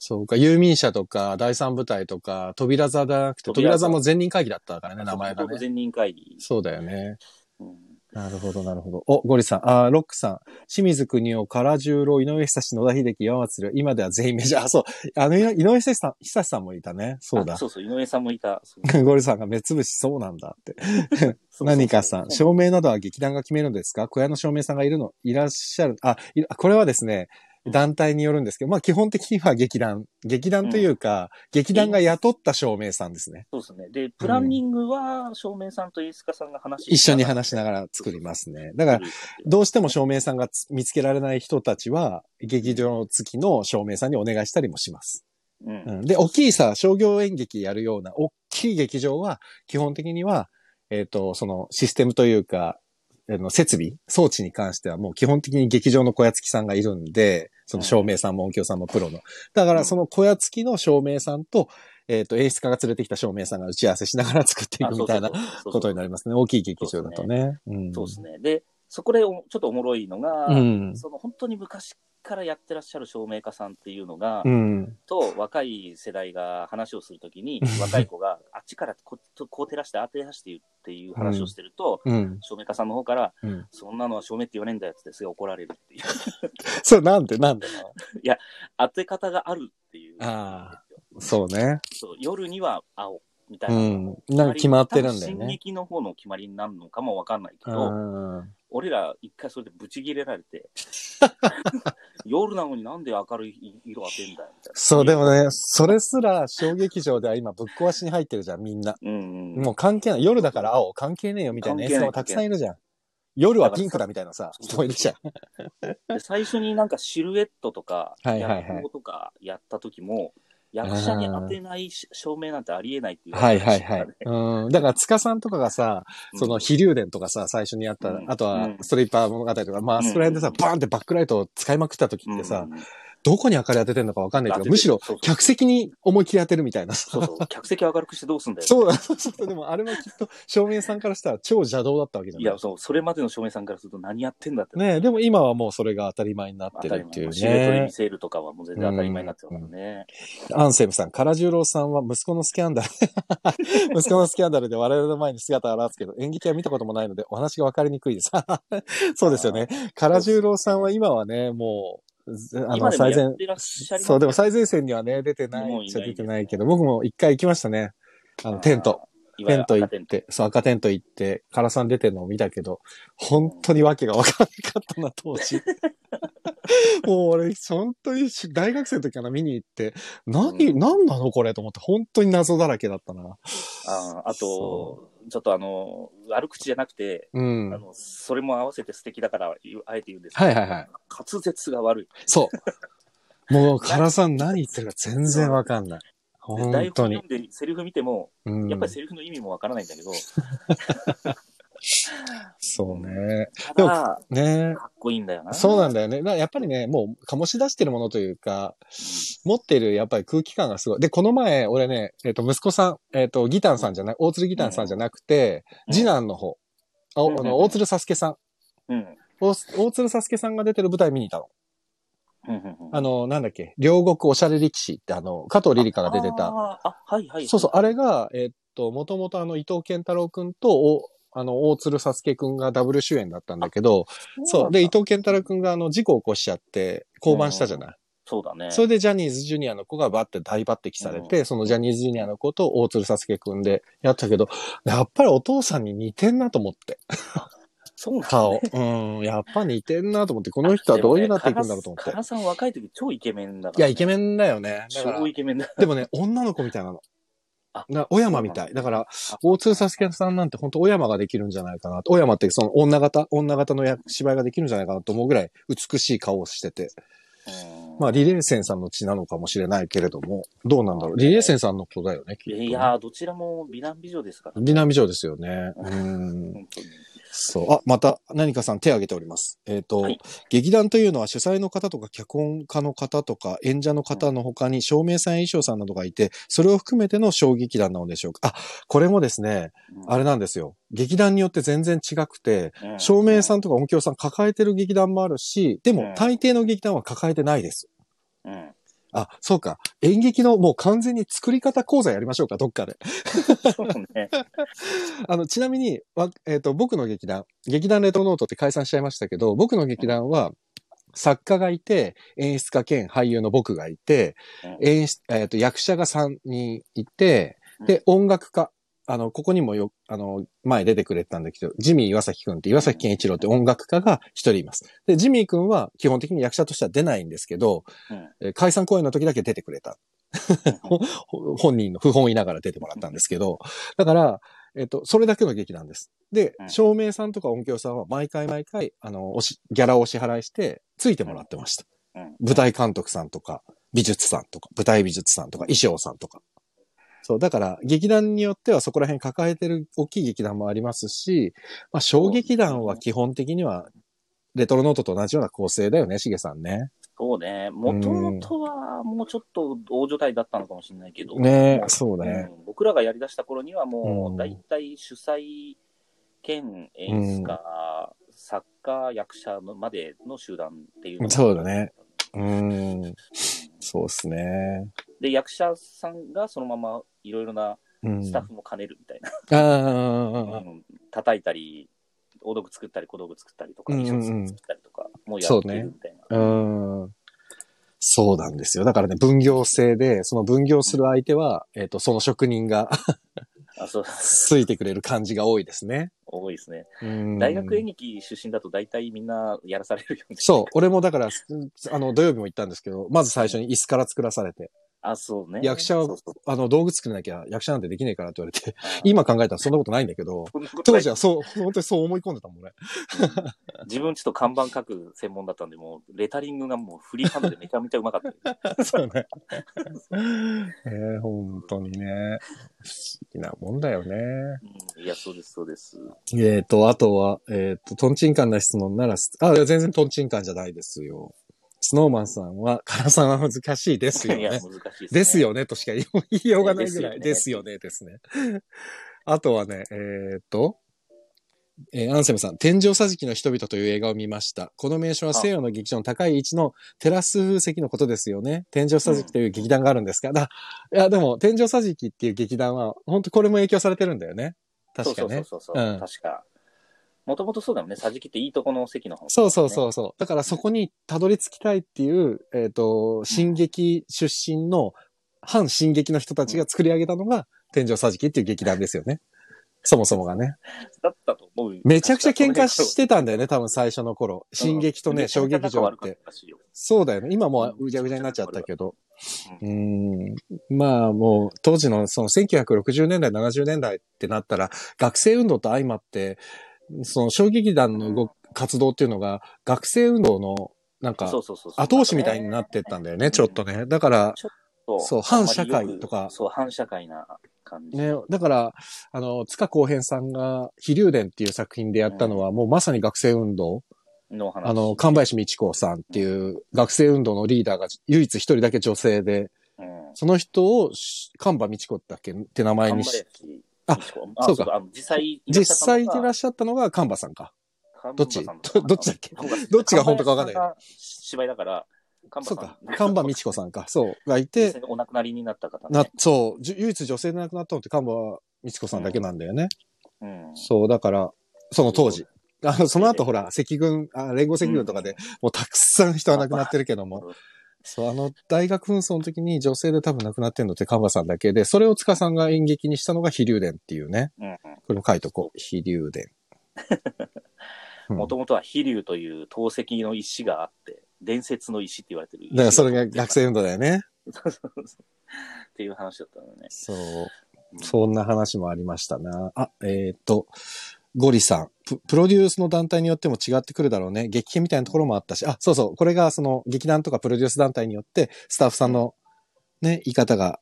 そうか、遊民者とか、第三部隊とか、扉座じゃなくて、扉扉座座も前任会議だったからね、名前がそうね。全人会議。そうだよね。うんなるほど、なるほど。お、ゴリさん、あーロックさん、清水国夫、唐十郎、井上久志、野田秀樹、山鶴、今では全員メジャー。あ、そう。あの、井上久志さん、久志さんもいたね。そうだあ。そうそう、井上さんもい た。そうゴリさんが目つぶしそうなんだって。何かさん、そ照う明などは劇団が決めるのですか小屋の照明さんがいるの、いらっしゃる、あ、いらこれはですね、団体によるんですけど、まあ基本的には劇団。劇団というか、劇団が雇った照明さんですね。そうですね。で、プランニングは、照明さんと飯塚さんが話一緒にし話しながら作りますね。だからなが、らどうしても照明さんがつ見つけられない人たちは、劇場付きの照明さんにお願いしたりもします。うんう。ん、で、大きいさ、商業演劇やるような、大きい劇場は、基本的には、えっ、と、そのシステムというか、あの設備、装置に関してはもう基本的に劇場の小屋付きさんがいるんで、その照明さんも音響さんもプロの。だからその小屋付きの照明さんと、えっ、と、演出家が連れてきた照明さんが打ち合わせしながら作っていあくそみうそたういなそうことになりますね。大きい劇場だとね。うんそうですね。で、そこでおちょっとおもろいのが、うん。その本当に昔からやってらっしゃる照明家さんっていうのが、うん。と若い世代が話をするときに、若い子があっちからここう照らして、ああ照らして言うっていう話をしてると、うん。照明家さんの方から、うんそんなのは照明って言わねえんだよってすごい怒られるっていう、そう、なんで、なんで。当て方があるっていう、あそうね。そう夜に は青みたいうな。ん。なんか決まってるんだよ多分進ね。撃の方の決まりになるのかもわかんないけうど、ん。うん俺ら一回それでブチギレら れて、夜なのになんで明るい色当てんだよみたいな。そう、でもね、それすら、小劇場では今、ぶっ壊しに入ってるじゃん、みんな。うんうん、もう関係ない。夜だから青、関係ねえよ、みたいな演出もたくさんいるじゃん。夜はピンクだ、みたいなさ、人もいるじゃん。で最初になんかシルエットとか、はいはいはい役とかやった時も、役者に当てないし照明なんてありえないっていう。 はいはいはい。うん。だから、塚さんとかがさ、その、飛竜伝とかさ、最初にやった、うんあとうはん、ストリッパー物語とか、まあ、あそこら辺でさ、バーンってバックライトを使いまくった時ってさ、うん、どこに明かり当ててんのかわかんないけど、むしろ、そうそう客席に思いっきり当てるみたいなさ。そうそう、客席明るくしてどうすんだよ。そうだ、 そうそう。でもあれはきっと、照明さんからしたら超邪道だったわけじゃいないや、。そう、それまでの照明さんからすると何やってんだって。ねえ、でも今はもうそれが当たり前になっ当てたりるってい前。うシルエットでね見。せるとかはもう全然当たり前になってますね。アンセムさん、唐十郎さんは息子のスキャンダル、 息子のスキャンダルで我々の前に姿を現すけど、演劇は見たこともないのでお話がわかりにくいです。 そうですよね。唐十郎さんは今はね、もう、ずあの、今でも最や前っ、てらっしゃりますそう、でも最前線にはね、出てなもういっいちなゃいですね出てないけど、僕も一回行きましたね。あの、テント。。いわテンゆるト行赤っテンて、そう、赤テント行って、唐さん出てるのを見たけど、本当に訳が分かんなかったな、当 時。もう俺、本当にし大学生の時から見に行って、何、うん何なのこれと思って、本当に謎だらけだったな。トあーあそと、ちょっとあの、悪口じゃなくて、うんあ。のそれも合わせて素敵だから言うあえて言うんですけど、はいはいはい。滑舌が悪い。そう。もう、唐さん何言ってるか全然分かんない。で本当に台。本読んでセリフ見ても、うんやっぱりセリフの意味もわからないん だけど、そうね。ただ、ねかっこいいんだよな。そうなんだよね。なやっぱりね、もう、醸し出してるものというか、持ってる、やっぱり空気感がすごい。で、この前、俺ね、えっ、と、息子さん、えっ、と、ギタンさんじゃない、大鶴ギタンさんじゃなくて、うん次男の方。あうんあの、大鶴サスケさん。うん。うん。大大鶴サスケさんが出てる舞台見に行ったの。うんうんうんあの、なんだっけ、両国おしゃれ力士って、あの、加藤リリカが出てた。あー、あはいはい。そうそう、あれが、えっ、と、もともとあの、伊藤健太郎くんと、おあの、大鶴サスケくんがダブル主演だったんだけど、そう。で、伊で、藤健太郎くんがあの、事故を起こしちゃって、降板したじゃない。そうだね。それでジャニーズジュニアの子がバッて大抜擢されて、そのジャニーズジュニアの子と大鶴サスケくんでやったけど、やっぱりお父さんに似てんなと思って、そうなんだ 顔。うん、やっぱ似てんなと思って、この人はどういうなっていくんだろうと思っでもねてカ。ラスカラさん若い時超イケメンだかいらや、ね、イケメンだよね。だから超イケメンだ。でもね、女の子みたいなのあ。な、小山みたい。だから、大鶴サスケさんなんて本当小山ができるんじゃないかなと。小山ってその女型、女型の役芝居ができるんじゃないかなと思うぐらい美しい顔をしてて。うんまあ、リレーセンさんの血なのかもしれないけれども、どうなんだろう。リレーセンさんの子だよね、きっとね、いやー、どちらも美男美女ですからね。美男美女ですよね。うん。本当に。そう。あ、また何かさん手挙げております。えっ、と、はい劇団というのは主催の方とか脚本家の方とか演者の方の他に照明さんや衣装さんなどがいて、それを含めての小劇団なのでしょうか。あ、これもですね、うんあれなんですよ。劇団によって全然違くて、うん照明さんとか音響さん抱えてる劇団もあるし、でうも ん大抵の劇団は抱えてないです。うんあ、そうか。演劇のもう完全に作り方講座やりましょうか、どっかで。 そうね。あの、ちなみに、わえっ、と、僕の劇団、劇団レトロノートって解散しちゃいましたけど、僕の劇団は、作家がいて、演出家兼俳優の僕がいてうん、演出、えっ、と、役者が3人いて、で、音楽家。あの、ここにもよ、あの、前出てくれてたんだけど、ジミー岩崎くんって、岩崎健一郎って音楽家が一人います。で、ジミーくんは基本的に役者としては出ないんですけど、うんえー解散公演の時だけ出てくれた。ほほ本人の不本意ながら出てもらったんですけど、だから、えっ、と、それだけの劇団です。でう、ん照明さんとか音響さんは毎回毎回、あの、おし、ギャラをお支払いして、ついてもらってました。うん舞台監督さんとか、美術さんとか、舞台美術さんとか、衣装さんとか。そう、だから、劇団によってはそこら辺抱えてる大きい劇団もありますし、まあ、小劇団は基本的には、レトロノートと同じような構成だよね、しげさんね。そうね。もともとはもうちょっと大所帯だったのかもしれないけど。ねえそうだね。うん僕らがやりだした頃にはもうんう大体主催兼演出家、作家、役者のまでの集団っていうのがそうだね。うーん。そうですね。で、役者さんがそのままいろいろなうん。スタッフも兼ねるみたいな。ああ、うん叩いたり、お道具作ったり、小道具作ったりとか、うんうんうん衣装作ったりとか、もうやってるみたいな。うん。そうなんですよ。だからね、分業制で、その分業する相手は、えっ、と、その職人が あそう ついてくれる感じが多いですね。多いですね。うん大学演劇出身だと大体みんなやらされるようにそう。俺もだから、あの、土曜日も行ったんですけど、まず最初に椅子から作らされて、あ、そうね。役者はそうそうあの、道具作らなきゃ役者なんてできねえからって言われ て、あー今考えたらそんなことないんだけ ど、そんなこと当ない時はそう、本当にそう思い込んでたもんね。自分ちょっと看板書く専門だったんで、もうレタリングがもうフリーハンドでめちゃめちゃうまかっ た。そう ね。えー、本当にね。不思議なもんだよね。うん、いや、そうです、そうです。えっ、と、あとは、えっ、と、トンチンカンな質問ならす、あ、いや全然トンチンカンじゃないですよ。スノーマンさんは、 辛さんは難しいですよいや、ね難。しいです、ね。です。よね、としか言い言いようがないぐらい。でですすよよね、ですね。あとはね、えっ、と、えーアンセムさん、天井桟敷の人々という映画を見ました。この名称は西洋の劇場の高い位置のテラス風石のことですよね。天井桟敷という劇団があるんですか、だいや、でも、天井桟敷っていう劇団は、本当これも影響されてるんだよね。確かね。そうそうそうそう、うん確か。もともとそうだもんね、桟敷っていいとこの席の方、。そうそうそううそう。だからそこにたどり着きたいっていう、えっ、と、進撃出身の、反進撃の人たちが作り上げたのが、天井さじきっていう劇団ですよね。そもそもがね。だったと思う。めちゃくちゃ喧嘩してたんだよね、多分最初の頃。進撃とね、衝撃場っ。悪かってたらしいよ。そうだよね。今もううじゃうじゃになっちゃったけど。うーん。まあもう、当時のその1960年代、70年代ってなったら、学生運動と相まって、その衝撃団の動く活動っていうのが、学生運動の、なんかそ、うそうそうそう。後押しみたいになってったんだよね、ちょっとね。だから、そうそう反社会とかそう、反社会な感じ。ね、だから、あの、塚公平さんが、飛竜伝っていう作品でやったのは、もうまさに学生運動。の話。あの、神林道子さんっていう学生運動のリーダーが唯一一人だけ女性で、うん、その人をし神場道子だっけって名前神に林し、ああ、そうそかうか。あの実際、実際いらっししゃったのが神場さんか。ゃどっちどっちだっけどっちが本当かわかんない。芝居だから、神そ馬うさか神ん。。場道子さんか。 そう。がい実て際、にお亡くなりになった方、ね。な、そう、じゅ唯一女性で亡くなったのって神場道子さんだけなんだよね。うん。そう、だから、その当時。あのその後ええほら、赤軍、あ連合赤軍とかで、もうたくさん人が亡くなってるけどもうん、そう、あの、大学紛争の時に女性で多分亡くなってるのってカンバさんだけで、それを塚さんが演劇にしたのが飛竜伝っていうね。うんこれも書いとこう。飛竜 伝。うんもともとは飛竜という投石の石があって、伝説の石って言われてる。だからそれが学生運動だよね。そうそうそう。っていう話だったのね。そう。うんそんな話もありましたな。あ、えーっと、ゴリさんプ。プロデュースの団体によっても違ってくるだろうね。劇みたいなところもあったし。あ、そうそう。これがその劇団とかプロデュース団体によって、スタッフさんのね、言い方が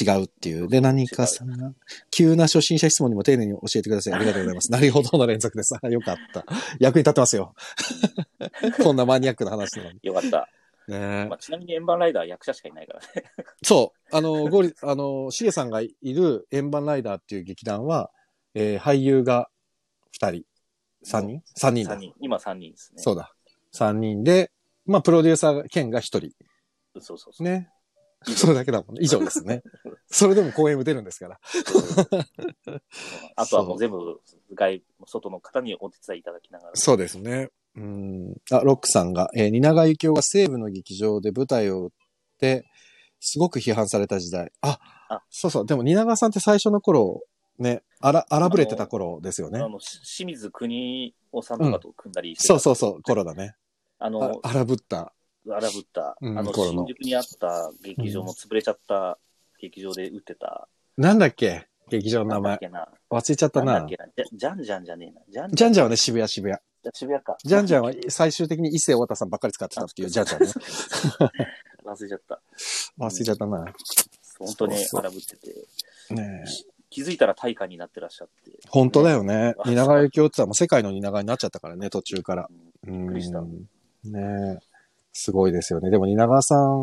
違うっていう。で、何かさんが、急な初心者質問にも丁寧に教えてください。ありがとうござい ます。なるほどの連続です。あよかった。役に立ってますよ。 こんなマニアックな話なのに。よかった。ねまあ、ちなみに円盤ライダーは役者しかいないからね。そう。あの、ゴリ、あの、シゲさんがいる円盤ライダーっていう劇団は、えー俳優が2人、3人 ?3 人だ三。人。今3人ですね。そうだ。3人で、まあ、プロデューサー兼が1人。そうそうそう。ね。それだけだもんね。以上です ね。それでも公演打てるんですから。あとはもう全部外、外の方にお手伝いいただきながら。そうですね。うん。あ、ロックさんが、えー、蜷川幸雄が西部の劇場で舞台を打って、すごく批判された時代。あ、あそうそう。でも、蜷川さんって最初の頃、ね、荒、荒ぶれてた頃ですよねあ。の、し清水国夫さんとかと組んだりしてた、そうそうそう、頃だね。ああの、荒ぶった。荒ぶった、うんあの、頃の新宿にあった劇場も潰れちゃった劇場で打ってた。なんだっけ劇場の名なんだ前っ。けな。忘れちゃったなんだなっ。けな。じゃじゃんじゃんじゃねえな。じゃんジャンジャンはね。ね、渋谷渋谷。渋谷か。ジャンジャンは最終的に伊勢太田さんばっかり使ってたっていうジャンジャンね。忘れちゃった。忘れちゃったな。本当にそうそう荒ぶってて。ねえ気づいたら大化になってらっしゃって。本当だよね。あ蜷川幸雄ってさ、もう世界の蜷川になっちゃったからね、途中から。うんびっくりしたねえ。すごいですよね。でも蜷川さん、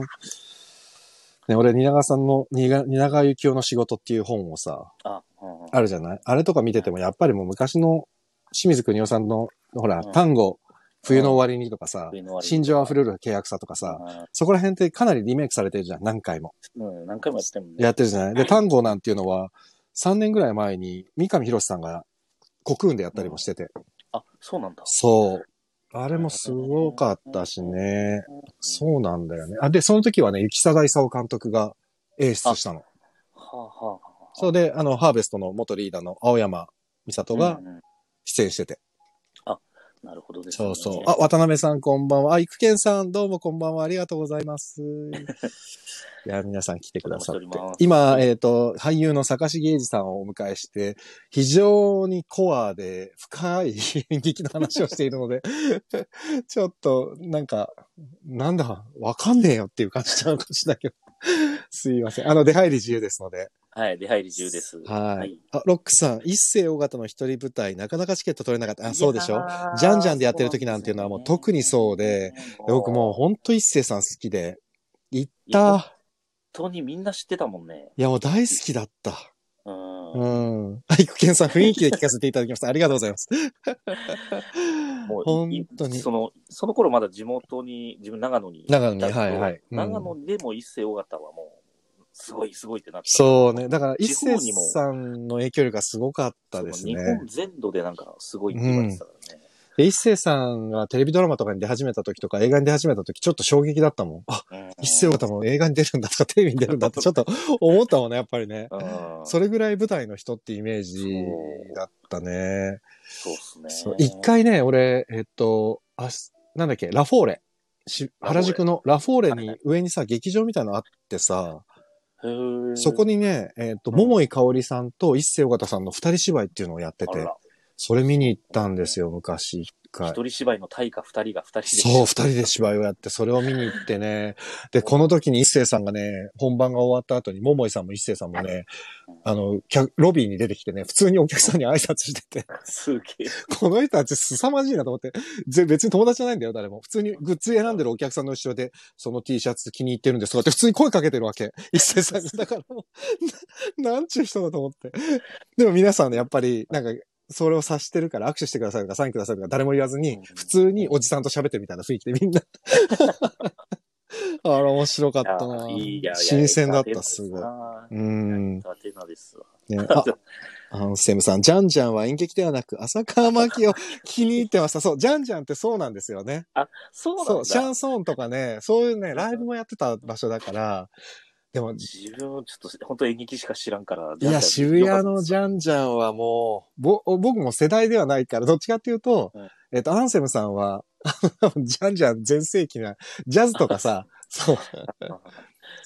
ね、俺蜷川さんの蜷川蜷川幸雄の仕事っていう本をさ、あ、うんうん、あるじゃないあれとか見ててもやっぱりもう昔の清水邦夫さんの、ほら、うん単語、冬の終わりにとかさ冬の終わ、り心情溢れる契約さとかさ、そこら辺ってかなりリメイクされてるじゃん、何回も。うん、何回もやってるもんね。やってるじゃないで、単語なんていうのは、3年ぐらい前に三上博さんが国運でやったりもしてて。あ、そうなんだ。そう。あれもすごかったしね。そうなんだよね。あ、で、その時はね、雪貞勲監督が演出したの。はあ、はあはあ、はあ。そうで、あの、ハーベストの元リーダーの青山美里がうんうん出演してて。なるほどです、そうそう。あ、、渡辺さんこんばんは。あ、育賢さんどうもこんばんは。ありがとうございます。 いや、皆さん来てくださってお待ちしております。今、えっ、と、俳優の坂重英二さんをお迎えして、非常にコアで深い 演劇の話をしているので、 ちょっと、なんか、なんだ、わかんねえよっていう感じちゃうかもしれないけど。すいません。あの、出入り自由ですので。はい、出入り自由です。はい。あ、ロックさん、一世尾形の一人舞台、なかなかチケット取れなかった。あ、そうでしょジャンジャンでやってる時なんていうのはもう特にそうで、僕もう本ほんと一世さん好きで、行っいやた。当にみんな知ってたもんね。いや、もう大好きだった。うん。うん。あ、いくけんさん、雰囲気で聞かせていただきました。ありがとうございます。もう本い当にそ。の、その頃まだ地元に、自分長野に。長野にだけどはいはいうん長野でも一世尾形はもう、すごいすごいってなってたそうね。だから、一地方に世もさんの影響力がすごかったです日ね本。全土でなんかすごいって言われてたからね。で一世さんがテレビドラマとかに出始めた時とか、映画に出始めた時、ちょっと衝撃だったもん。あ、うん一世方も映画に出るんだとか、テレビに出るんだって、ちょっと思ったもんね、やっぱりね。うんそれぐらい舞台の人ってイメージだったね。そうっすね。そう。一回ね、俺、えっと、あし、なんだっけ、ラフォーレ。しラフォーレ原宿のラフォーレはいはに上にさ、劇場みたいなのあってさ、へー、そこにね、えっと、うん桃井かおりさんと一世尾形さんの二人芝居っていうのをやってあて、らそれ見に行ったんですよ、昔一回一。人芝居の大家二人が二人で。そう、二人で芝居をやって、それを見に行ってね。で、この時に一世さんがね、本番が終わった後に、桃井さんも一世さんもね、あの、客ロビーに出てきてね、普通にお客さんに挨拶してて、すげえ。この人たち凄まじいなと思って、ぜ別に友達じゃないんだよ、誰も。普通にグッズ選んでるお客さんの後ろで、その T シャツ気に入ってるんですとかって普通に声かけてるわけ。一斉さんに。だからもう、 ななんちゅう人だと思って。でも皆さんね、やっぱり、なんか、それを察してるから握手してくださいとかサインくださいとか誰も言わずにうん、普通におじさんと喋ってるみたいな雰囲気でみん な。あら、面白かったな。いやいや新鮮だった、すごい。いうや。んエン。ターテイナーですわ。 ね、あ、あの、セムさん、ジャンジャンは演劇ではなく、浅川真紀を気に入ってました。そう、ジャンジャンってそうなんですよね。そうなんだ。そう、シャンソンとかね、そういうね、ライブもやってた場所だから、でも、い自分はちょっと本当演劇しか知らんから。や、渋谷のジャンャンジャンはもう、ぼ、僕も世代ではないから、どっちかっていうと、うんえっと、アンセムさんは、 ジャンジャン全盛期な、ジャズとか さ、そう、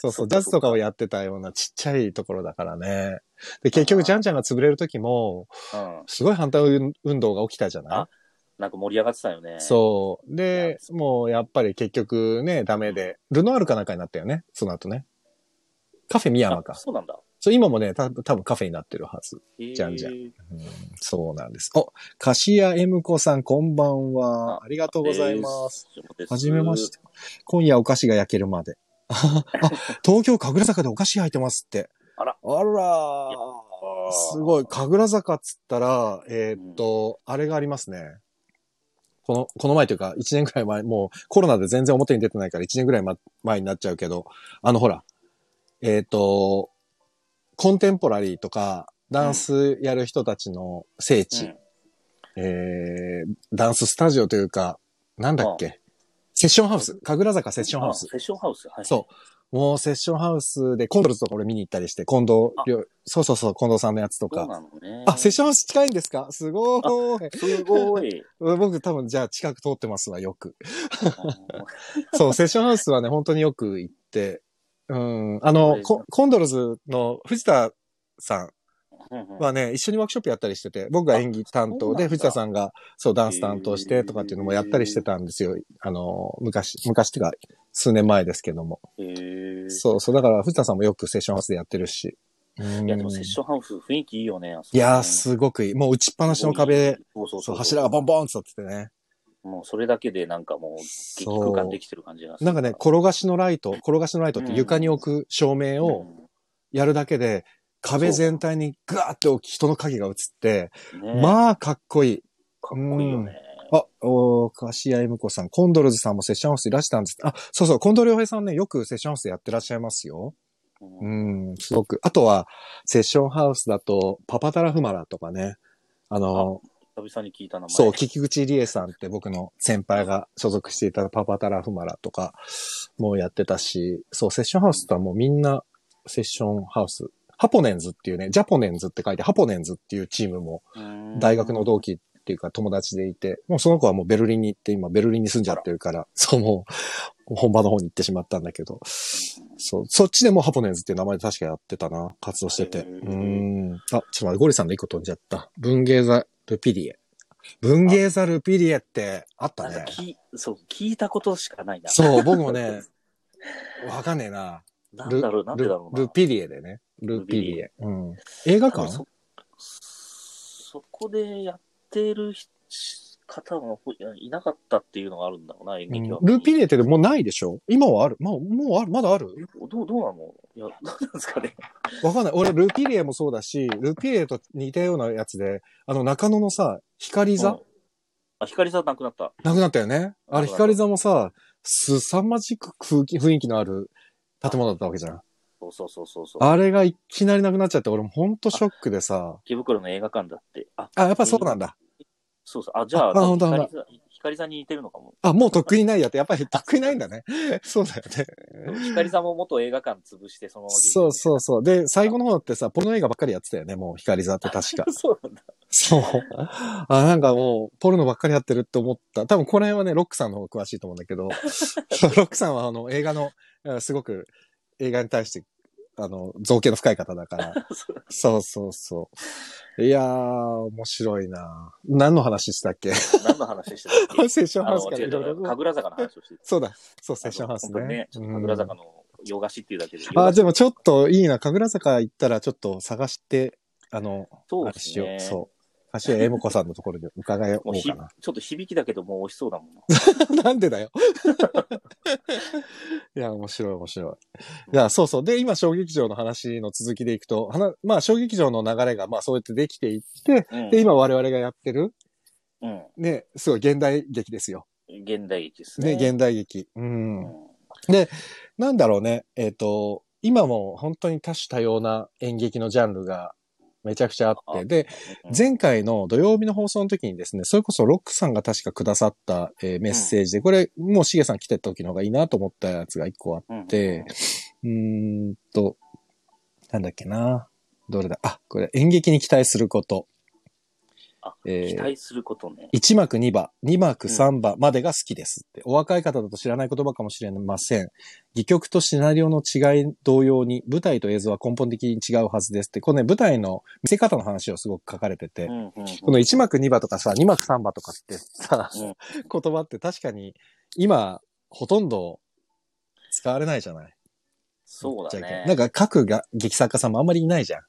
そうそう、ジャズとかをやってたようなちっちゃいところだからね。で、結局、ジャンジャンが潰れる時も、うん。すごい反対運動が起きたじゃないあなんか盛り上がってたよね。う。そう。で、いもうやっぱり結局ね、ダメで、ルノアールかなんかになったよね、その後ね。カフェミヤマか。そうなんだ。そう、今もね、た多分カフェになってるはず。へーじゃんじゃんそうなんです。お、カシヤエムコさん、こんばんは。ありがとうございます。。ですはじめまし。て。今夜お菓子が焼けるまで。あ、東京神楽坂でお菓子焼いてますって。あら。あらあーすごい。。神楽坂っつったら、えーっと、あれがありますね。この、この前というか、1年くらい前、もうコロナで全然表に出てないから1年くらいま前になっちゃうけど、あのほら、えっ、と、コンテンポラリーとか、ダンスやる人たちの聖地、えー、ダンススタジオというか、なんだっけ、セッションハウス、神楽坂セッションハウスあ。セッションハウス。はい。そう。もうセッションハウスで、コンドルズとか俺見に行ったりして、近藤りょう、そうそうそう、近藤さんのやつとそか。うなのね。あ、セッションハウス近いんですかすごーい。すご い。僕多分じゃあ近く通ってますわ、よく。 そう、セッションハウスはね、本当によく行って、うん、あそうの、ですココンドルズの藤田さうんうんんはね、一緒にワークショップやったりしてて、僕が演技担そう当なんだで、藤田さんが、そう、ダンス担当してとかっていうのもやったりしてたんですよ。あの、昔、昔っていうか、数年前ですけども。へーそうそう、だから藤田さんもよくセッションハウスでやってるし。うんいや、でもセッションハウス雰囲気いいよね。あそこいやー、すごくいい。もう打ちっぱなしの壁、、そうそそ、うそうう。柱がボンボンって立っててね。もうそれだけでなんかもう、激空間できてる感じがする。なんかね、転がしのライト、転がしのライトって床に置く照明をやるだけで、壁全体にガーって大きい人の影が映って、うん、ねまあ、かっこいい。かっこいいよね。あ、おー、柏井向子さん、コンドルズさんもセッションハウスいらしたんです。あ、そうそう、コンドル洋平さんね、よくセッションハウスやってらっしゃいますよ。ううんん、すごく。あとは、セッションハウスだと、パパタラフマラとかね、あの、久々に聞いた名前。そう、菊口理恵さんって僕の先輩が所属していたパパタラフマラとかもやってたし、そう、セッションハウスとはもうみんなセッションハウス。ハポネンズっていうね、ジャポネンズって書いて、ハポネンズっていうチームもうん大学の同期っていうか友達でいて、もうその子はもうベルリンに行って、今ベルリンに住んじゃってるから、そうもう本場の方に行ってしまったんだけど、そう、そっちでもハポネンズっていう名前で確かやってたな、活動してて。へうーん。あ、ちょっと待って、ゴリさんの一個飛んじゃった。文芸座ルピリエ。文芸座ルピリエってあったなんねか。きそう、聞いたことしかないな。そう、僕もね、 わかんねえな。なんだろう、なんでだろうな。ルルピリエでね。ルピリエ。うん。映多画分館そそこでやってる人方もいやいなかったっていうのがあるんだろうな、演劇は。うんルピリエってもうないでしょ今はあるもう、もうあるまだあるどう、どうなのいや、 どうなんですかね。わかんない。俺、ルピリエもそうだし、ルピリエと似たようなやつで、あの、中野のさ、光う座んあ、光さんなくなった。なくなったよね。あれ、なくなった光座もさ、すさまじく空気、雰囲気のある建物だったわけじゃん。そうそうそうそうそう。あれがいきなりなくなっちゃって、俺もほんとショックでさ、池袋の映画館だって。あ、あ、やっぱそうなんだ。そうそう。あ、じゃあ、ああほんと光さん光さんに似てるのかも。あ、もうとっくにないやって、やっぱりとっくにないん だね。そうだよね。光さんも元映画館潰して、そのまま。。そうそうそう。で、最後の方だってさ、ポノ映画ばっかりやってたよね、もう光座って確か そうなんだ。そう。あ、なんかもう、ポルノばっかりやってるって思った。多分この辺はね、ロックさんの方が詳しいと思うんだけど、 そうロックさんはあの、映画の、あすごく映画に対して、あの、造形の深い方だから。そそううそうそう。いやー、面白いな何の話したっ け何の 話してたっけセッションあハウスの、から違ういろ違、いうろ。神楽坂の話をしてそうだ、そう、セた。ッションハウスあの本当にね。ちょっと神楽坂の洋菓子っていうだけで。あ、でもちょっといいな。神楽坂行ったらちょっと探して、あの、そうあでれすしよね。う。そう。柏江も子さんのところに伺いおもううひかな。ちょっと響きだけど、もう美味しそうだもん な。なんでだよ。 いや、面白い、面白い。いや、そうそう。で、今、小劇場の話の続きでいくと、はなまあ、小劇場の流れが、まあ、そうやってできていって、うん で、今、我々がやってる、うん。ね、すごい現代劇ですよ。現代劇ですね、ね。現代劇。う。うんんなんだろうね。えっ、と、今も本当に多種多様な演劇のジャンルがめちゃくちゃあっあて、で、うん前回の土曜日の放送の時にですね、それこそロックさんが確かくださった、えーメッセージで、これ、もうしげさん来てた時の方がいいなと思ったやつが一個あっうんて、うーんと、なんだっけな。どれだあ、これ、演劇に期待すること。あえー期待することね。 1幕2場、2幕3場までが好きですって。お若い方だと知らない言葉かもしれません。戯曲とシナリオの違い同様に、舞台と映像は根本的に違うはずですって。このね、舞台の見せ方の話をすごく書かれてて、うんうんうんこの1幕2場とかさ、2幕3場とかってさ、うん言葉って確かに今、ほとんど使われないじゃないそうだぶっちゃねけ。なんか各が劇作家さんもあんまりいないじゃん。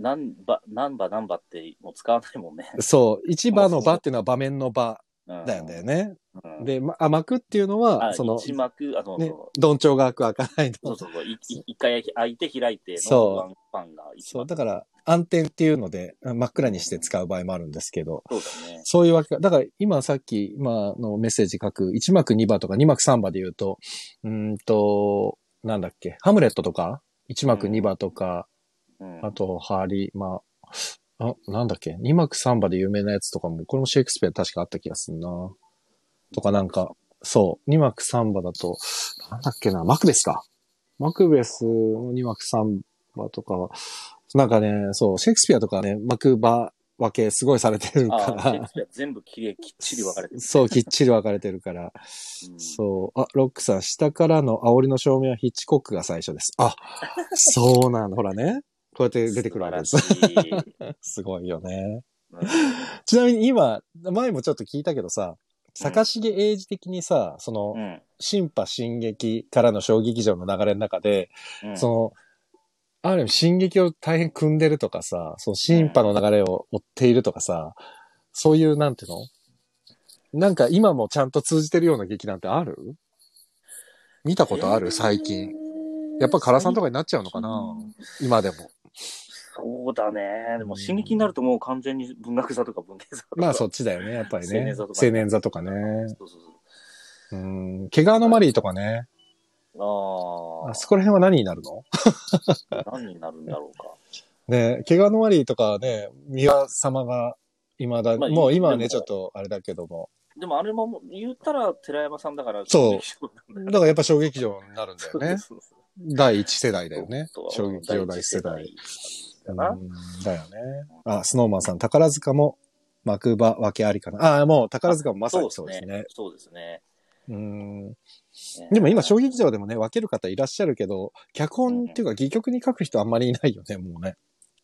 何ば、何ば何ばってもう使わないもんね。そう、1場の場っていうのは場面の場だよね。。ねうん、で、ま、あ幕っていうのは、あその、一幕、あの、ねそ、どんちょうが開く開かないそのう。そうそう、いい一回開いて開いてのそうワンパンが一そう、幕。だから、暗転っていうので、真っ暗にして使う場合もあるんですけど、そうだね。そういうわけか。だから、今さっき、今のメッセージ書く、1幕2番とか2幕3番で言うと、うーんと、なんだっけ、ハムレットとか、1幕2番とか、うん、あと、ハリ、まあ、あ、なんだっけ、2幕3番で有名なやつとかも、これもシェイクスピア確かあった気がするな。とかなんか、そう、2幕3番だと、なんだっけな、マクベスか。マクベスの2幕3番とかは、なんかね、そう、シェイクスピアとかね、幕場分けすごいされてるかあら、あ、シェイクスピア全部きれいきっちり分かれてる。そう、きっちり分かれてるから、 うんそう。あ、ロックさん、下からの煽りの照明はヒッチコックが最初です。あ、そうなんだ。ほらね。こうやって出てくるわけです。素晴らしいすごいよね。うんちなみに今、前もちょっと聞いたけどさ、坂重英二的にさ、その、うん新派進撃からの小劇場の流れの中で、うんその、ある意味進撃を大変組んでるとかさ、その新派の流れを追っているとかさ、そういう、なんていうのなんか今もちゃんと通じてるような劇なんてある見たことある最近。。やっぱ唐さんとかかになっちゃうのかな今でも。そうだね。でも、進撃になるともう完全に文学座とか文系座とか。まあそっちだよね、やっぱりね。青年座とかね青年座とかね。そうそうそう。うん。毛皮のマリーとかね。あああ、そこら辺は何になるの何になるんだろうか。ね、毛皮のマリーとかはね、三輪様が、未だ、まあもう今はでもね、ちょっとあれだけども。でもあれももう言ったら寺山さんだから、そううだからやっぱ小劇場になるんだそようでね。すそうです第一世代だよねそう。衝撃場第一世代。だなうんだよね。あ、スノーマンさん、宝塚も幕場分けありかな。あもう宝塚もまさにそうですね。。そうですね。うんそうすねでも今、小劇場でもね、分ける方いらっしゃるけど、脚本っていうか、戯曲に書く人あんまりいないよね、もうね。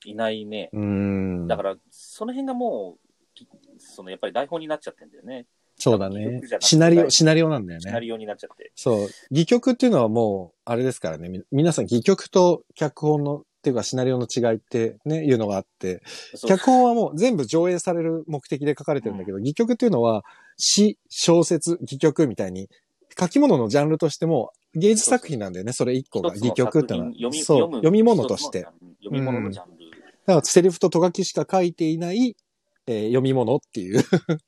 いないね。うん。だから、その辺がもう、そのやっぱり台本になっちゃってんだよね。そうだ戯ね曲じゃなく。てシナリオ、シナリオなんだよシナね。リオになっちゃって。そう。戯曲っていうのはもう、あれですからね。み皆さん、戯曲と脚本の、っていうか、シナリオの違いってね、いうのがあって、そう脚本はもう全部上映される目的で書かれてるんだけど、戯曲っていうのは詩、小説、戯曲みたいに、書き物のジャンルとしても芸術作品なんだよね、それ一個が。一つの戯曲っていうのは作。品そう、む読み物として。だ読み物のジャンル。からセリフとト書きしか書いていない、えー読み物っていう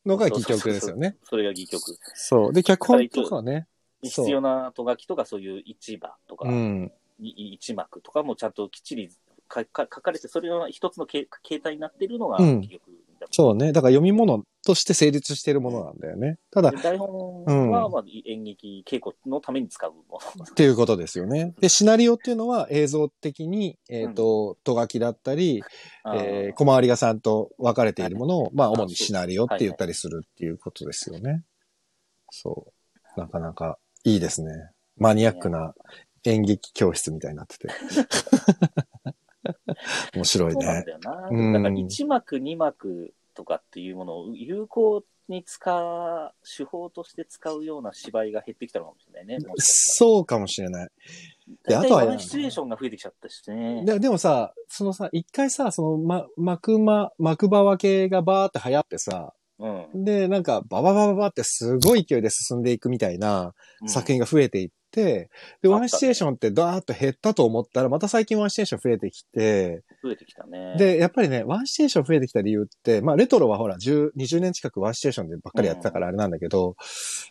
のが戯曲ですよね。それが戯曲。そう。で、脚本とかはね、そう必要なと書きとか、そういう一場とか、うん。い一幕とかもちゃんときっちりかか書かれて、それが一つのけ形態になっているのがうん戯曲だ、そうね。だから読み物として成立しているものなんだよね。ただ、で台本は、まあ、演劇稽古のために使うもの。っていうことですよね。で、シナリオっていうのは映像的に、えっ、と、と書きだったり、 えー、小回りがさんと分かれているものを、まあ、主にシナリオって言ったりするっていうことですよね。そう。なかなかいいですね。マニアックな演劇教室みたいになって て。面白いそうなんね。だよな。うんだから1幕、2幕とかっていうものを有効に使う、手法として使うような芝居が減ってきたのかもしれないね。もうそうかもしれない。で大あとは体ワンシチュエーションが増えてきちゃったしね。ででもさ、そのさ、一回さ、その、ま、幕間、幕場分けがバーって流行ってさ、うんで、なんか、バババババってすごい勢いで進んでいくみたいな、うん作品が増えていって、で、あったねワンシチュエーションってダーッと減ったと思ったら、また最近ワンシチュエーション増えてきて、増えてきたね。で、やっぱりね、ワンシチュエーション増えてきた理由って、まあ、レトロはほら、10、20年近くワンシチュエーションでばっかりやってたからあれなんだけど、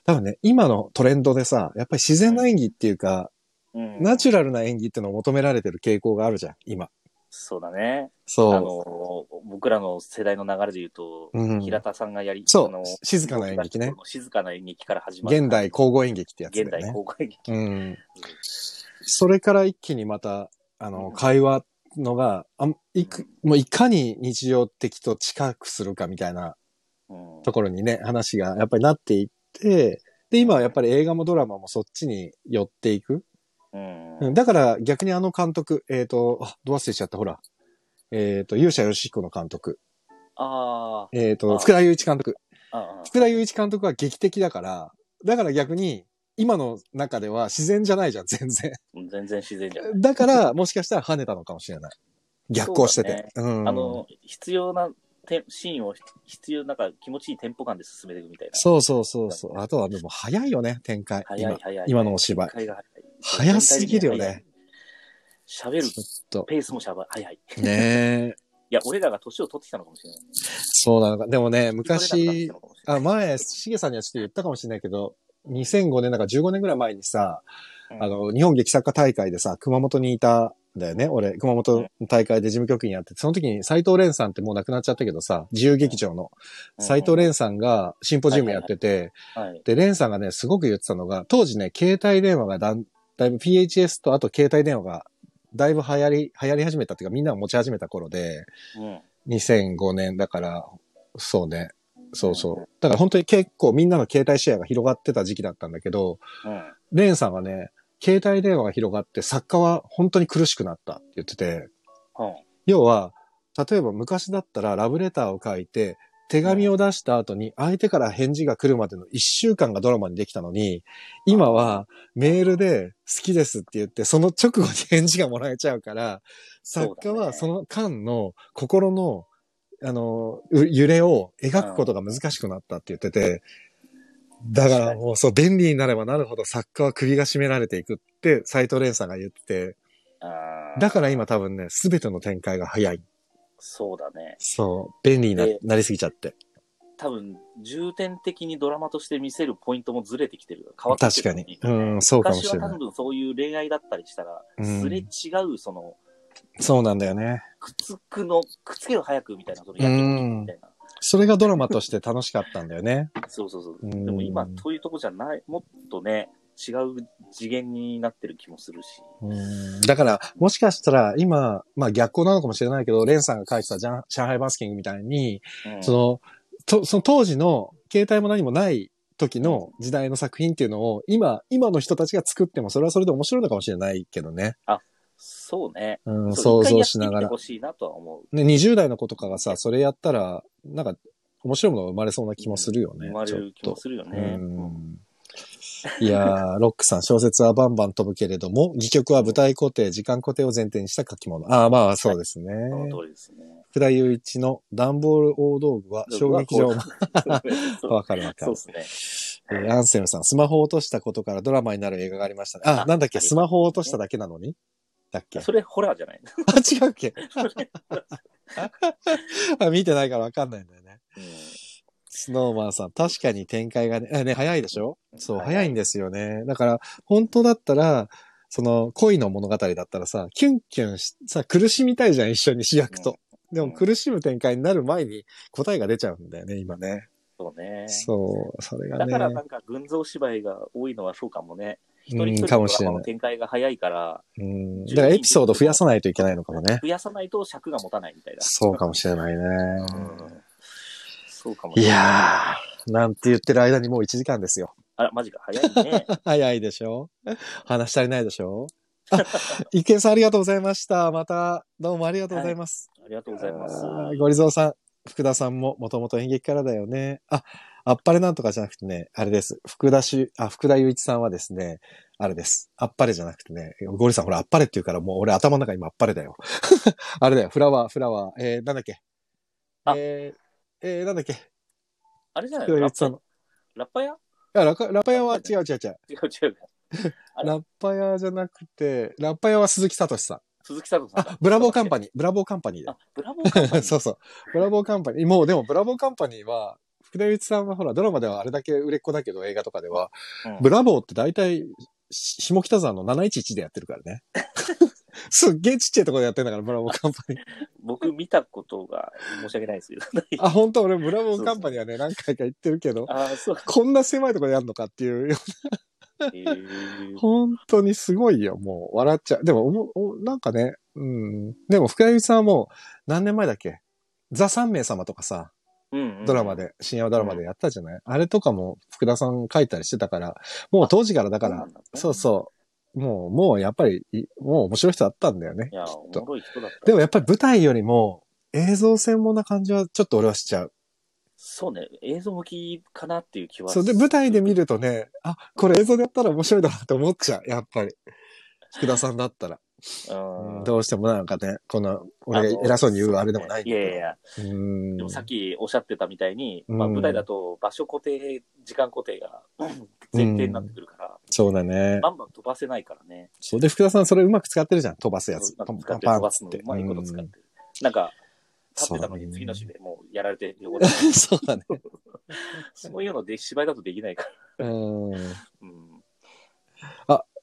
多分ね、今のトレンドでさ、やっぱり自然な演技っていうか、うん、ナチュラルな演技っていうのを求められてる傾向があるじゃん、今。そうだね。あその、僕らの世代の流れで言うと、う。うん。平田さんがやり、そうあの静かな演劇ね。静かな演劇から始まる。現代交互演劇ってやつだよ現ね。代公開劇。うん。それから一気にまた、あの、会話のが、あんいくもういかに日常的と近くするかみたいなうんところにね、話がやっぱりなっていって、で、今はやっぱり映画もドラマもそっちに寄っていく。うんうんだから逆にあの監督、えっ、と、あ、ど忘れしちゃった、ほら。えっ、と、勇者よしひこの監督。あーえっ、あと、福田雄一監督。あー。福田雄一監督は劇的だから、だから逆に、今の中では自然じゃないじゃん、全然。全然自然じゃない。だから、もしかしたら跳ねたのかもしれない。逆行してて。そうだねうん。あの、必要なテンシーンを必要、なんか気持ちいいテンポ感で進めていくみたいな。そうそうそうそう。あとはでも早いよね、展開。早い今、早い。今のお芝居。展開が早い。早すぎるよね。喋るちょっペースもしゃば早い。いと。 ねえ。や、俺らが年を取ってきたのかもしれない。そうなのか。でもね、取れ昔なくなってきたの、かもしれなあ、い、前、しげさんにはちょっと言ったかもしれないけど、2005年、なんか15年ぐらい前にさ、うんあの、日本劇作家大会でさ、熊本にいたんだよね。俺、熊本の大会で事務局員やってて、その時に斎藤蓮さんってもう亡くなっちゃったけどさ、自由劇場のうん斎藤蓮さんがシンポジウムやってて、はい。で、蓮さんがね、すごく言ってたのが、当時ね、携帯電話がだん、だいぶ PHS とあと携帯電話が、だいぶ流行り、流行り始めたっていうか、みんなが持ち始めた頃で、うん。 2005年だから、そうね。そうそうう。だから本当に結構みんなの携帯シェアが広がってた時期だったんだけど、うん。レンさんはね、携帯電話が広がって作家は本当に苦しくなったって言ってて、うん。要は、例えば昔だったらラブレターを書いて、手紙を出した後に相手から返事が来るまでの1週間がドラマにできたのに、今はメールで好きですって言って、その直後に返事がもらえちゃうから、作家はそそうの間の心の、あの、う揺れを描くことが難しくなったって言ってて、だからもうそう、便利になればなるほど作家は首が絞められていくって斎藤蓮さんが言ってて、あーだから今多分ね、すべての展開が早い。そうだね。そう、便利になでなりすぎちゃって。多分、重点的にドラマとして見せるポイントもずれてきてる。変わって確きてかるのに。うん、そうかも昔しはれな多い。分そういう恋愛だったりしたら、うんすれ違う、その、そうなんだよね。くっつくの、くっつける早くみたいな、そのやけにみたいな。それがドラマとして楽しかったんだよね。そうそうそう。うんでも今、そういうとこじゃない、もっとね、違う次元になってる気もするし。うんだから、もしかしたら今、まあ逆光なのかもしれないけど、レンさんが書いてたジャン上海バスキングみたいに、うんその、とその当時の携帯も何もない時の時代の作品っていうのを、今、今の人たちが作っても、それはそれで面白いのかもしれないけどね。そうね。うん、そう想像しなが一回やってみてらほ。しいなとは思う。ね、20代の子とかがさ、それやったら、なんか、面白いものが生まれそうな気もするよね。生まれる気ちょっもとするよね。ううんんいやー、ロックさん、小説はバンバン飛ぶけれども、戯曲は舞台固定、時間固定を前提にした書き物。ああ、まあ、そうですね。その通りですね。福田雄一の段ボール大道具は衝撃場。そうわかるわかそうるで。すね。えーアンセムさん、スマホを落としたことからドラマになる映画がありましたね。あ、なあんだっありまけ、すねスマホを落としただけなのにだっけそれホラーじゃない。あ、違うっけ あ見てないからわかんないんだよね。スノーマンさん、確かに展開がね、あね早いでしょそう、はい早いんですよね。だから、本当だったら、その、恋の物語だったらさ、キュンキュンし、さ、苦しみたいじゃん、一緒に主役と。でも、苦しむ展開になる前に答えが出ちゃうんだよね、今ね。そうね。そう、それがだね。からなんか群像芝居が多いのはそうかもね。一う人一ん、人かのもドしれラマなのい。展開が早いから、うん。だから、エピソード増やさないといけないのかもね。増やさないと尺が持たないみたいな。そうかもしれないね。うんそうかもいしれないやー、なんて言ってる間にもう1時間ですよ。あら、マジか。早いね。早いでしょ話足りないでしょあ、池江さんありがとうございました。また、どうもありがとうございます。ありがとうございます。あーごりぞうさん、福田さんももともと演劇からだよね。あ、あっぱれなんとかじゃなくてね、あれです。福田し、あ、福田雄一さんはですね、あれです。あっぱれじゃなくてね、ゴリさんほらあっぱれって言うからもう俺頭の中今あっぱれだよ。 あれだよ、フラワー、フラワー、えー、なんだっけ。あえーえーなんだっけあれじゃない福田雄ラ一さんッの。ラッパ屋いやラカラパヤは違う違う違う。違う違う。あれラッパヤじゃなくて、ラッパヤは鈴木聡さん。鈴木聡さんだあ、ブラボーカンパニニー、ブラボーカンパニーあ、ブラボーカンパニだ。ー。そうそう。ブラボーカンパニー。もうでも、ブラボーカンパニーは、福田祐一さんはほら、ドラマではあれだけ売れっ子だけど、映画とかでは、うんブラボーって大体、し下北沢の711でやってるから ね。すっげえちっちゃいところでやってんだから、ブラボーカンパニ ー。僕見たことが申し訳ないですけど。 あ、本当俺、ブラボーカンパニーはね、何回か行ってるけど、ああ、そう。こんな狭いところでやるのかっていう、えー本当にすごいよ、もう。笑っちゃう。でも、おもおなんかね、うん。でも、福田祐一さんはもう、何年前だっけザ・三名様とかさ、うんうんドラマ。で、深夜ドラマでやったじゃない、あれとかも福田さん書いたりしてたから、もう当時からだから、そうそう、もう、もうやっぱりい、もう面白い人だったんだよね。うなんだきね。いや、おっもと。ろい人だった。でもやっぱり舞台よりも映像専門な感じはちょっと俺はしちゃう。そうね、映像向きかなっていう気は。そうで、舞台で見るとね、あ、これ映像でやったら面白いだなって思っちゃう、やっぱり。福田さんだったら。うんどうしてもなんかね、この、俺が偉そうに言うあれでもないんいだやいけどやいうや、んでもさっきおっしゃってたみたいに、うんまあ、舞台だと場所固定、時間固定が前提になってくるから、そうだね。バンバン飛ばせないからね。そうで、福田さんそれうまく使ってるじゃん。飛ばすやつ。うまパくン使パンパンってる、飛っばつすっのて。うまいこと使っうてんる。なんか、立ってたのそうだにね次の日でもうやられて横で、 そうだね。そういうので芝居だとできないかうら。ん。うん、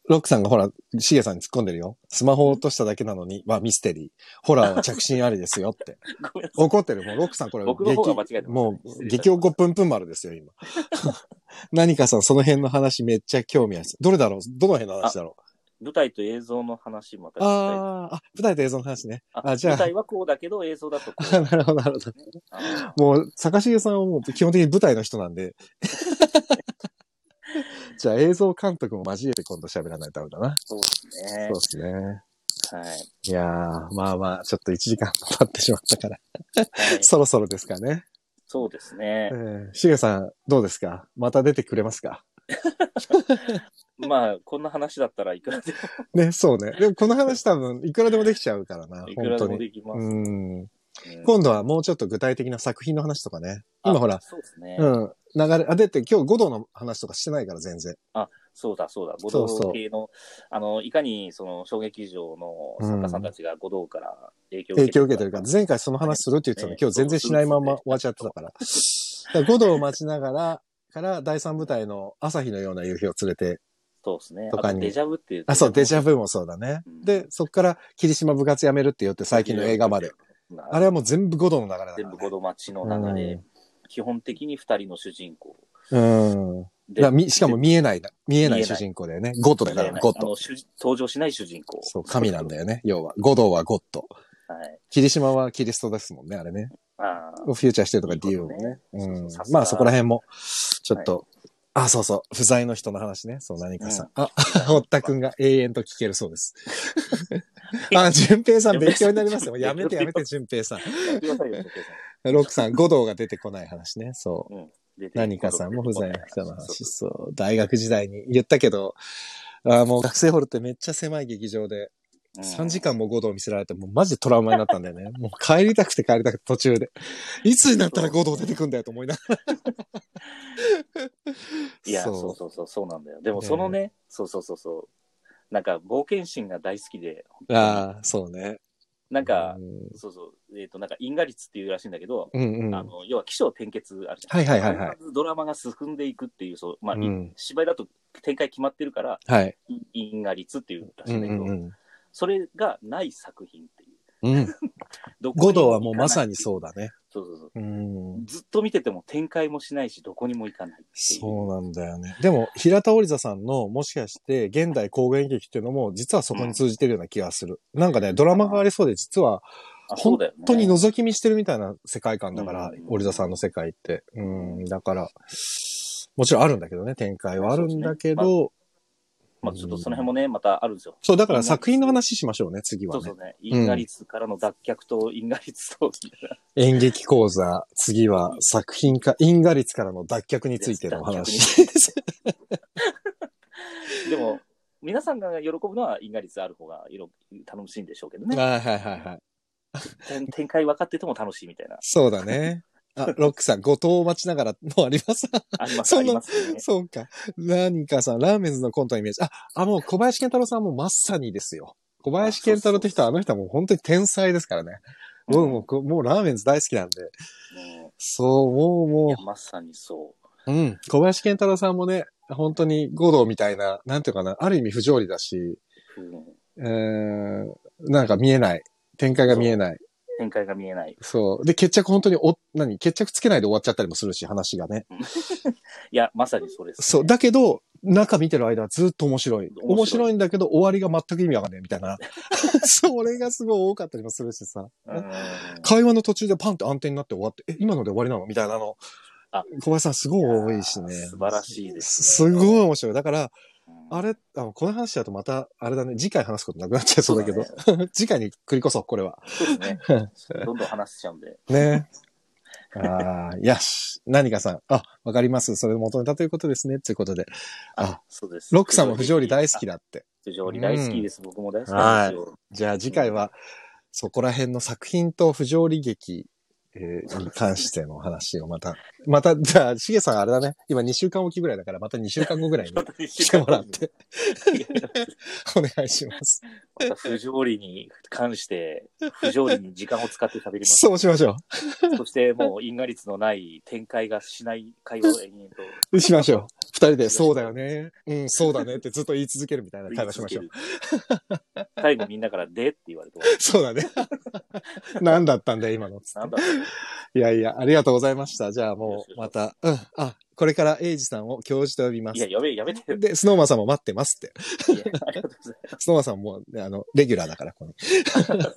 ロックさんがほら、シゲさんに突っ込んでるよ。スマホを落としただけなのに、はミステリー。ホラーは着信ありですよっ て。ごめんなさい。怒ってる。もうロックさんこれ、僕の方が間違えてますも失う、礼いた激しましたおこぷんぷん丸ですよ、今。 何かさん、その辺の話めっちゃ興味ある。どれだろうどの辺の話だろ舞台と映像の話またう聞きたいですああー、あ、舞台と映像の話ね。ああじゃあ舞台はこうだけど、映像だとこ なう。るほど、なるほど。あーもう、坂重さんはもう基本的に舞台の人なん で。じゃあ映像監督も交えて今度喋らないとダメだな。そうですねそう。ですね。はい。はいやー、まあまあ、ちょっと1時間経ってしまったから、 いそろそろですかね。そうですねえ。ー、しげさん、どうですかまた出てくれますかまあ、こんな話だったらいくらでね、そうね。でもこの話多分、いくらでもできちゃうからなも、、いく本らで当もに。できます。うん。うん今度はもうちょっと具体的な作品の話とかね。あ今ほら、そうですね。うん。流れ、あ、出て今日五道の話とかしてないから全然。そうだそうだ、五そうそう道系の、あの、いかにその小劇場の作家さんたちが五道から影響を影響受けてるから、ね前回その話するって言ってたの、ね今日全然しないまんま終わっちゃってたから。だから五道を待ちながら、から第三部隊の朝日のような夕日を連れて、そうですね。とかにあとデジャブっていう。あ、そう、デジャブもそうだね。うんで、そっから霧島部活やめるって言って最近の映画まで。。あれはもう全部五道の流れだから、ね。全部五道町の中うで、基本的に二人の主人公。うん。だでからみしかも見えないな、見えな見いえな主い人公だよね。ゴッドだからね、ゴッあのド。主人登場しない主人公。そう、神なんだよね、要は。五道はゴッド。はい。霧島はキリストですもんね、あれね。ああをフューチャーしてるとかいい理由もね。ことねそううそうんさすがまあそこら辺も、ちょっと、あ、そうそう、不在の人の話ね。そう、何かさん。あ、堀田くんが永遠と聞けるそう です。あ、淳平さん勉強になりますよ。やめてやめて、淳平さん。やってくださいよ哲也さんロックさん、五道が出てこない話ね。そう。出て何かさんも不在の人の話。そう。大学時代に言ったけど、あもう学生ホールってめっちゃ狭い劇場で、うん3時間も五道見せられて、もうマジでトラウマになったんだよ ね。もう帰りたくて帰りたくて途中で。いつになったら五道出てくんだよと思いながら。いや、そうそうそう、そうなんだよ。でも、そのね、そうそうそうそう。なんか、冒険心が大好きで、ああ、そうね。なんかう、そうそう、えっ、と、なんか、因果律っていうらしいんだけど、んうんうん。あの、要は、起承転結あるじゃん。はいはいはいはい必ずドラマが進んでいくっていう、そう、まあ、うん芝居だと展開決まってるから、はい。因果律っていうらしうんいんだうけど、んそれがない作品っていう。うん。うん。どこ五にも道はもうまさに行そうだね。かないっていう。そうそううんそう。。ずっと見てても展開もしないし、どこにも行かないっていう。そうなんだよね。でも、平田織座さんの、もしかして、現代高原劇っていうのも、実はそこに通じてるような気がする。なんかね、ドラマがありそうで、実は、あそ本うだよね当に覗き見してるみたいな世界観だからうん、織座さんの世界って。うん、だから、もちろんあるんだけどね、展開はあるんだけそうど、まあ、ちょっとその辺もね、またあるんですよ。そう、だから作品の話しましょうね、次そはうねそ。うね。因果率からの脱却と因果率と、演劇講座、次は作品化、因果率からの脱却についてのお話。 でも、皆さんが喜ぶのは因果率ある方がいろ楽しいんでしょうけど ね。はいはいはいはい。展展開分かってても楽しいみた いな。そうだね。あ、ロックさん、後藤を待ちながらもあります。あります、そあんりなます ね。そうか。何かさん、ラーメンズのコントのイメージ。あ、あ、もう小林健太郎さんもまさにですよ。小林健太郎って人は、あの人はもう本当に天才ですからね。うん僕もこ、もうラーメンズ大好きなんで。うんそう、もういもやまさにそう。う。うん。小林健太郎さんもね、本当に五道みたいな、なんていうかな、ある意味不条理だし、うんうーん、なんか見えない。展開が見えない。展開が見えない。そう。で、決着本当にお、何決着つけないで終わっちゃったりもするし、話がね。いや、まさにそうです、そう。だけど、中見てる間はずっと面白い。面白い面白いんだけど、終わりが全く意味わかんないみたい な。それがすごい多かったりもするしさ。うん会話の途中でパンって暗転になって終わって、え、今ので終わりなのみたいなの。あ小林さんすごい多いしね。素晴らしいです、すね。すごい面白い。だから、うんあれ、あのこの話だとまた、あれだね、次回話すことなくなっちゃいそうだけ ど、次回に繰り越そう、これは。そうですね。 どんどん話しちゃうんで。ね。 ああ、よし。何かさん。あ、わかります。それ元ネタということですね。ということで。あそうです。ロックさんも不条理大好きだ。だって。九条理大好きです。僕も大好きはないんですよ。じゃあ次回は、そこら辺の作品と不条理劇、えーに関しての話をまた、また、じゃあ、しげさんあれだね。今2週間おきぐらいだから、また2週間後ぐら いに来てもらって、お願いします。また不条理に関して、不条理に時間を使って喋ります。そうしましょそしてもう因果率のない展開がしない会話を延々とう。しましょう。二人で、そうだよね。うん、そうだねってずっと言い続けるみたいな 会話しましょう。う。最後みんなからでって言われて、そうだ ね。何だったんだよ、今の。なんだろういやいや、ありがとうございました。じゃあもう、また、うん、あ、これからエイジさんを教授と呼びまいや、す。やめ、やめてよ。で、スノーマンさんも待ってますって。いやありがとうございスノーマンさんも、ね、あの、レギュラーだから、ここに。ます。ありが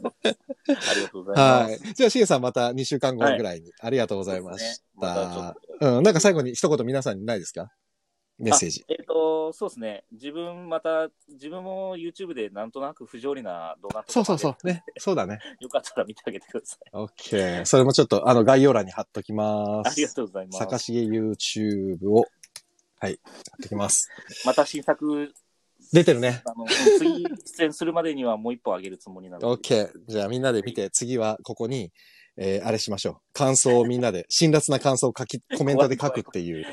とうございます。はい。じゃあ、しげさんまた2週間後ぐらいに、ありがとうございましそうですねまたた。ちょっうん、なんか最後に一言皆さんにないですかメッセージ。えっ、と、そうですね。自分また、自分も YouTube でなんとなく不条理な動画とかそうそうそあう。ね。そうだね。るんで。よかったら見てあげてください。 OK。それもちょっと、あの、概要欄に貼っときまありがす。とうございま坂す。重 YouTube を、はい、貼っときます。また新作、出てるね。あの、次出演するまでにはもう一本あげるつもりなので。 OK。じゃあみんなで見て、次はここに、えー、あれしましょう。感想をみんなで、 辛辣な感想を書き、コメントで書くっていう。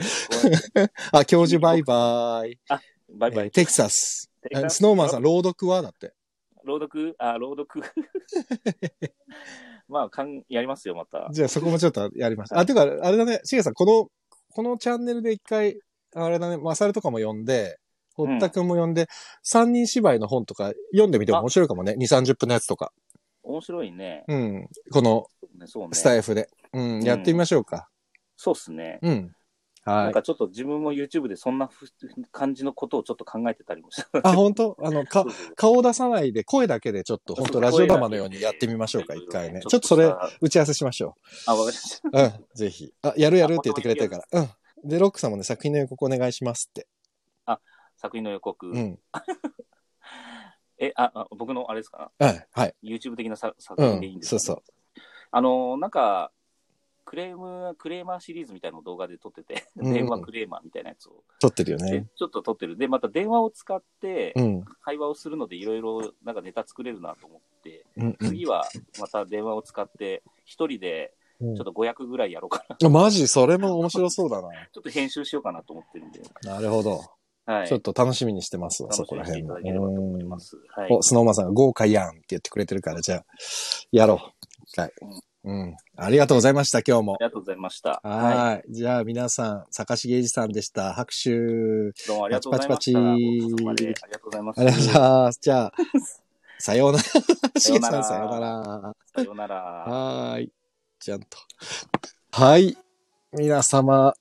あ、教授バイバイ。バイバイ。えーテキサス。 テキえサーススノーマンさん、朗読はだって。朗読、あ、朗読。 まあ、かん、やりますよ、また。じゃあそこもちょっとやりました。あ、てか、あれだね、シゲさん、この、このチャンネルで一回、あれだね、マサルとかも読んで、堀田くんも読んで、三、人芝居の本とか読んでみても面白いかもね。2、30分のやつとか。面白いね。うん。このそうね、そうね。スタイフで。うん、やってみましょうか。そうっすね。うん。なはんい。かちょっと自分も YouTube でそんなふ感じのことをちょっと考えてたりもした。あ、本当あの、かそう、そう顔を出さないで声だけでちょっと、本当ラジオ玉のようにやってみましょうか、一回ね。ちょっとそれ、あ、打ち合わせしましょわかりました。 う。うん、ぜひ。あ、やるやるって言ってくれてるから。うん。で、ロックさんもね、作品の予告お願いしますって。作品の予告。うん。え、あ、あ僕のあれですかはい、はい。 ?YouTube 的なさ作う品でいいんん、ですか、そうそう。あのーなんか、クレーム、クレーマーシリーズみたいなのを動画で撮ってて、うんうん電話クレーマーみたいなやつを、撮ってるよでね。ちょっと撮ってる。で、また電話を使ってうん。会話をするので、いろいろなんかネタ作れるなと思って、うん、うん。次はまた電話を使って、一人でちょっと500ぐらいやろうかな。 あマジ、それも面白そうだちょっと編集しようかなと思ってるんで、な。なるほど。はい。ちょっと楽しみにしてますわ、そ楽しこみらにして辺いたも。だければと思います。はい。お、スノーマンさんが豪華やんって言ってくれてるから、じゃあ、やろう。一回。うん。ありがとうございました、今日もあり。がとうございました。はい。じゃあ皆さん、坂重英二さんでした。拍手。い。どうもありがとうございましパチパチた。お疲れ様でありがとうございまありがとうございす。ます。じ ゃあ、さようなら。しさげようさなん、らさようなさようなら。ら。はーい。じゃんと。はい。皆様、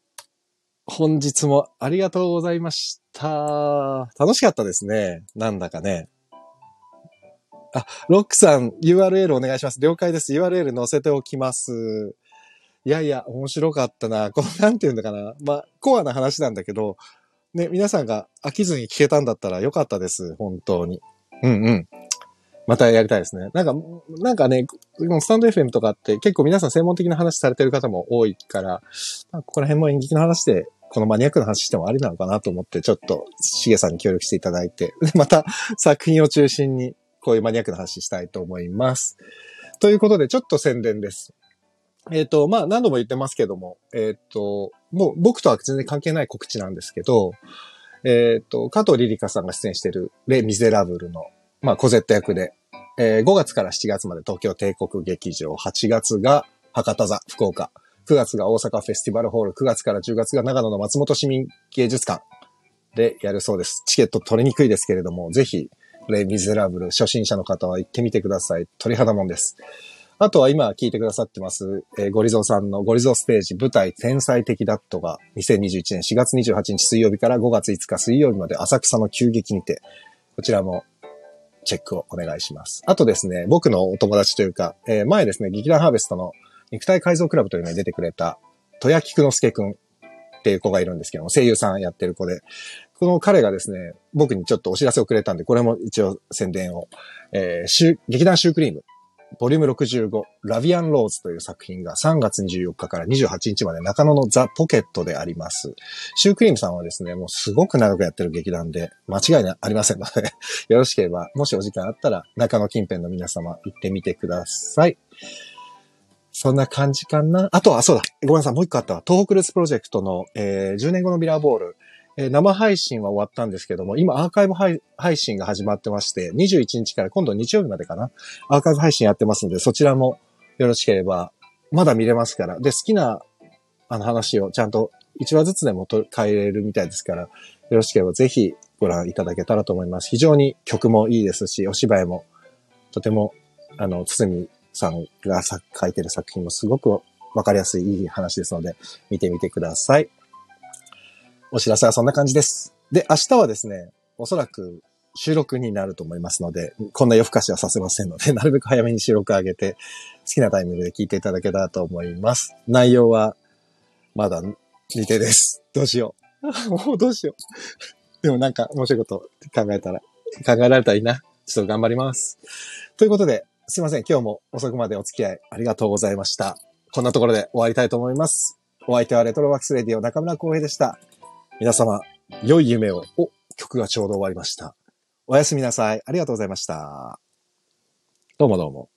本日もありがとうございました。楽しかったですね。なんだかね。あ、ロックさん、URL お願いします。了解です。URL 載せておきます。いやいや、面白かったな。この、なんていうのかな。まあ、コアな話なんだけど、ね、皆さんが飽きずに聞けたんだったらよかったです。本当に。うんうん。またやりたいですね。なんか、なんかね、このスタンド FM とかって結構皆さん専門的な話されてる方も多いから、まあここら辺も演劇の話で、このマニアックな話してもありなのかなと思って、ちょっと、しげさんに協力していただいて、 でまた作品を中心に、こういうマニアックな話したいと思います。ということで、ちょっと宣伝です。えっ、と、まあ、何度も言ってますけども、えっ、と、もう僕とは全然関係ない告知なんですけど、えっ、と、加藤リリカさんが出演している、レ・ミゼラブルの、まあ、コゼット役で、えー5月から7月まで東京帝国劇場、8月が博多座、福岡、9月が大阪フェスティバルホール、9月から10月が長野の松本市民芸術館でやるそうです。チケット取りにくいですけれども、ぜひ、レ・ミゼラブル、初心者の方は行ってみてください。鳥肌もんです。あとは今聞いてくださってます、えーゴリゾーさんのゴリゾーステージ舞台天才的ダットが2021年4月28日水曜日から5月5日水曜日まで浅草の急激にて、こちらもチェックをお願いします。あとですね、僕のお友達というか、えー前ですね、劇団ハーベストの肉体改造クラブというのに出てくれた、戸谷菊之助くんっていう子がいるんですけども、声優さんやってる子で、この彼がですね、僕にちょっとお知らせをくれたんで、これも一応宣伝を、えーシュ劇団シュークリームボリューム65、ラビアンローズという作品が3月24日から28日まで中野のザ・ポケットであります。シュークリームさんはですね、もうすごく長くやってる劇団で、間違いありませんので、よろしければ、もしお時間あったら、中野近辺の皆様行ってみてください。そんな感じかな。あとは、そうだ。ごめんなさい。もう一個あったわ。東北ルーツプロジェクトの、えー10年後のミラーボール。えー生配信は終わったんですけども、今アーカイブ配配信が始まってまして、21日から今度日曜日までかな。アーカイブ配信やってますので、そちらもよろしければ、まだ見れますから。で、好きな、あの話をちゃんと1話ずつでもと変えれるみたいですから、よろしければぜひご覧いただけたらと思います。非常に曲もいいですし、お芝居もとても、あの、堤さんがさ書いてる作品もすごくわかりやすいいい話ですので、見てみてください。お知らせはそんな感じです。で、明日はですね、おそらく収録になると思いますので、こんな夜更かしはさせませんので、なるべく早めに収録上げて、好きなタイミングで聞いていただけたらと思います。内容は、まだ未定です。どうし よう。もうどうしよう。でもなんか面白いこと考えたら、考えられたらいいな。ちょっと頑張ります。ということで、すいません。今日も遅くまでお付き合いありがとうございました。こんなところで終わりたいと思います。お相手はレトロワークスレディオ中村光平でした。皆様、良い夢を。お、曲がちょうど終わりました。おやすみなさい。ありがとうございました。どうもどうも。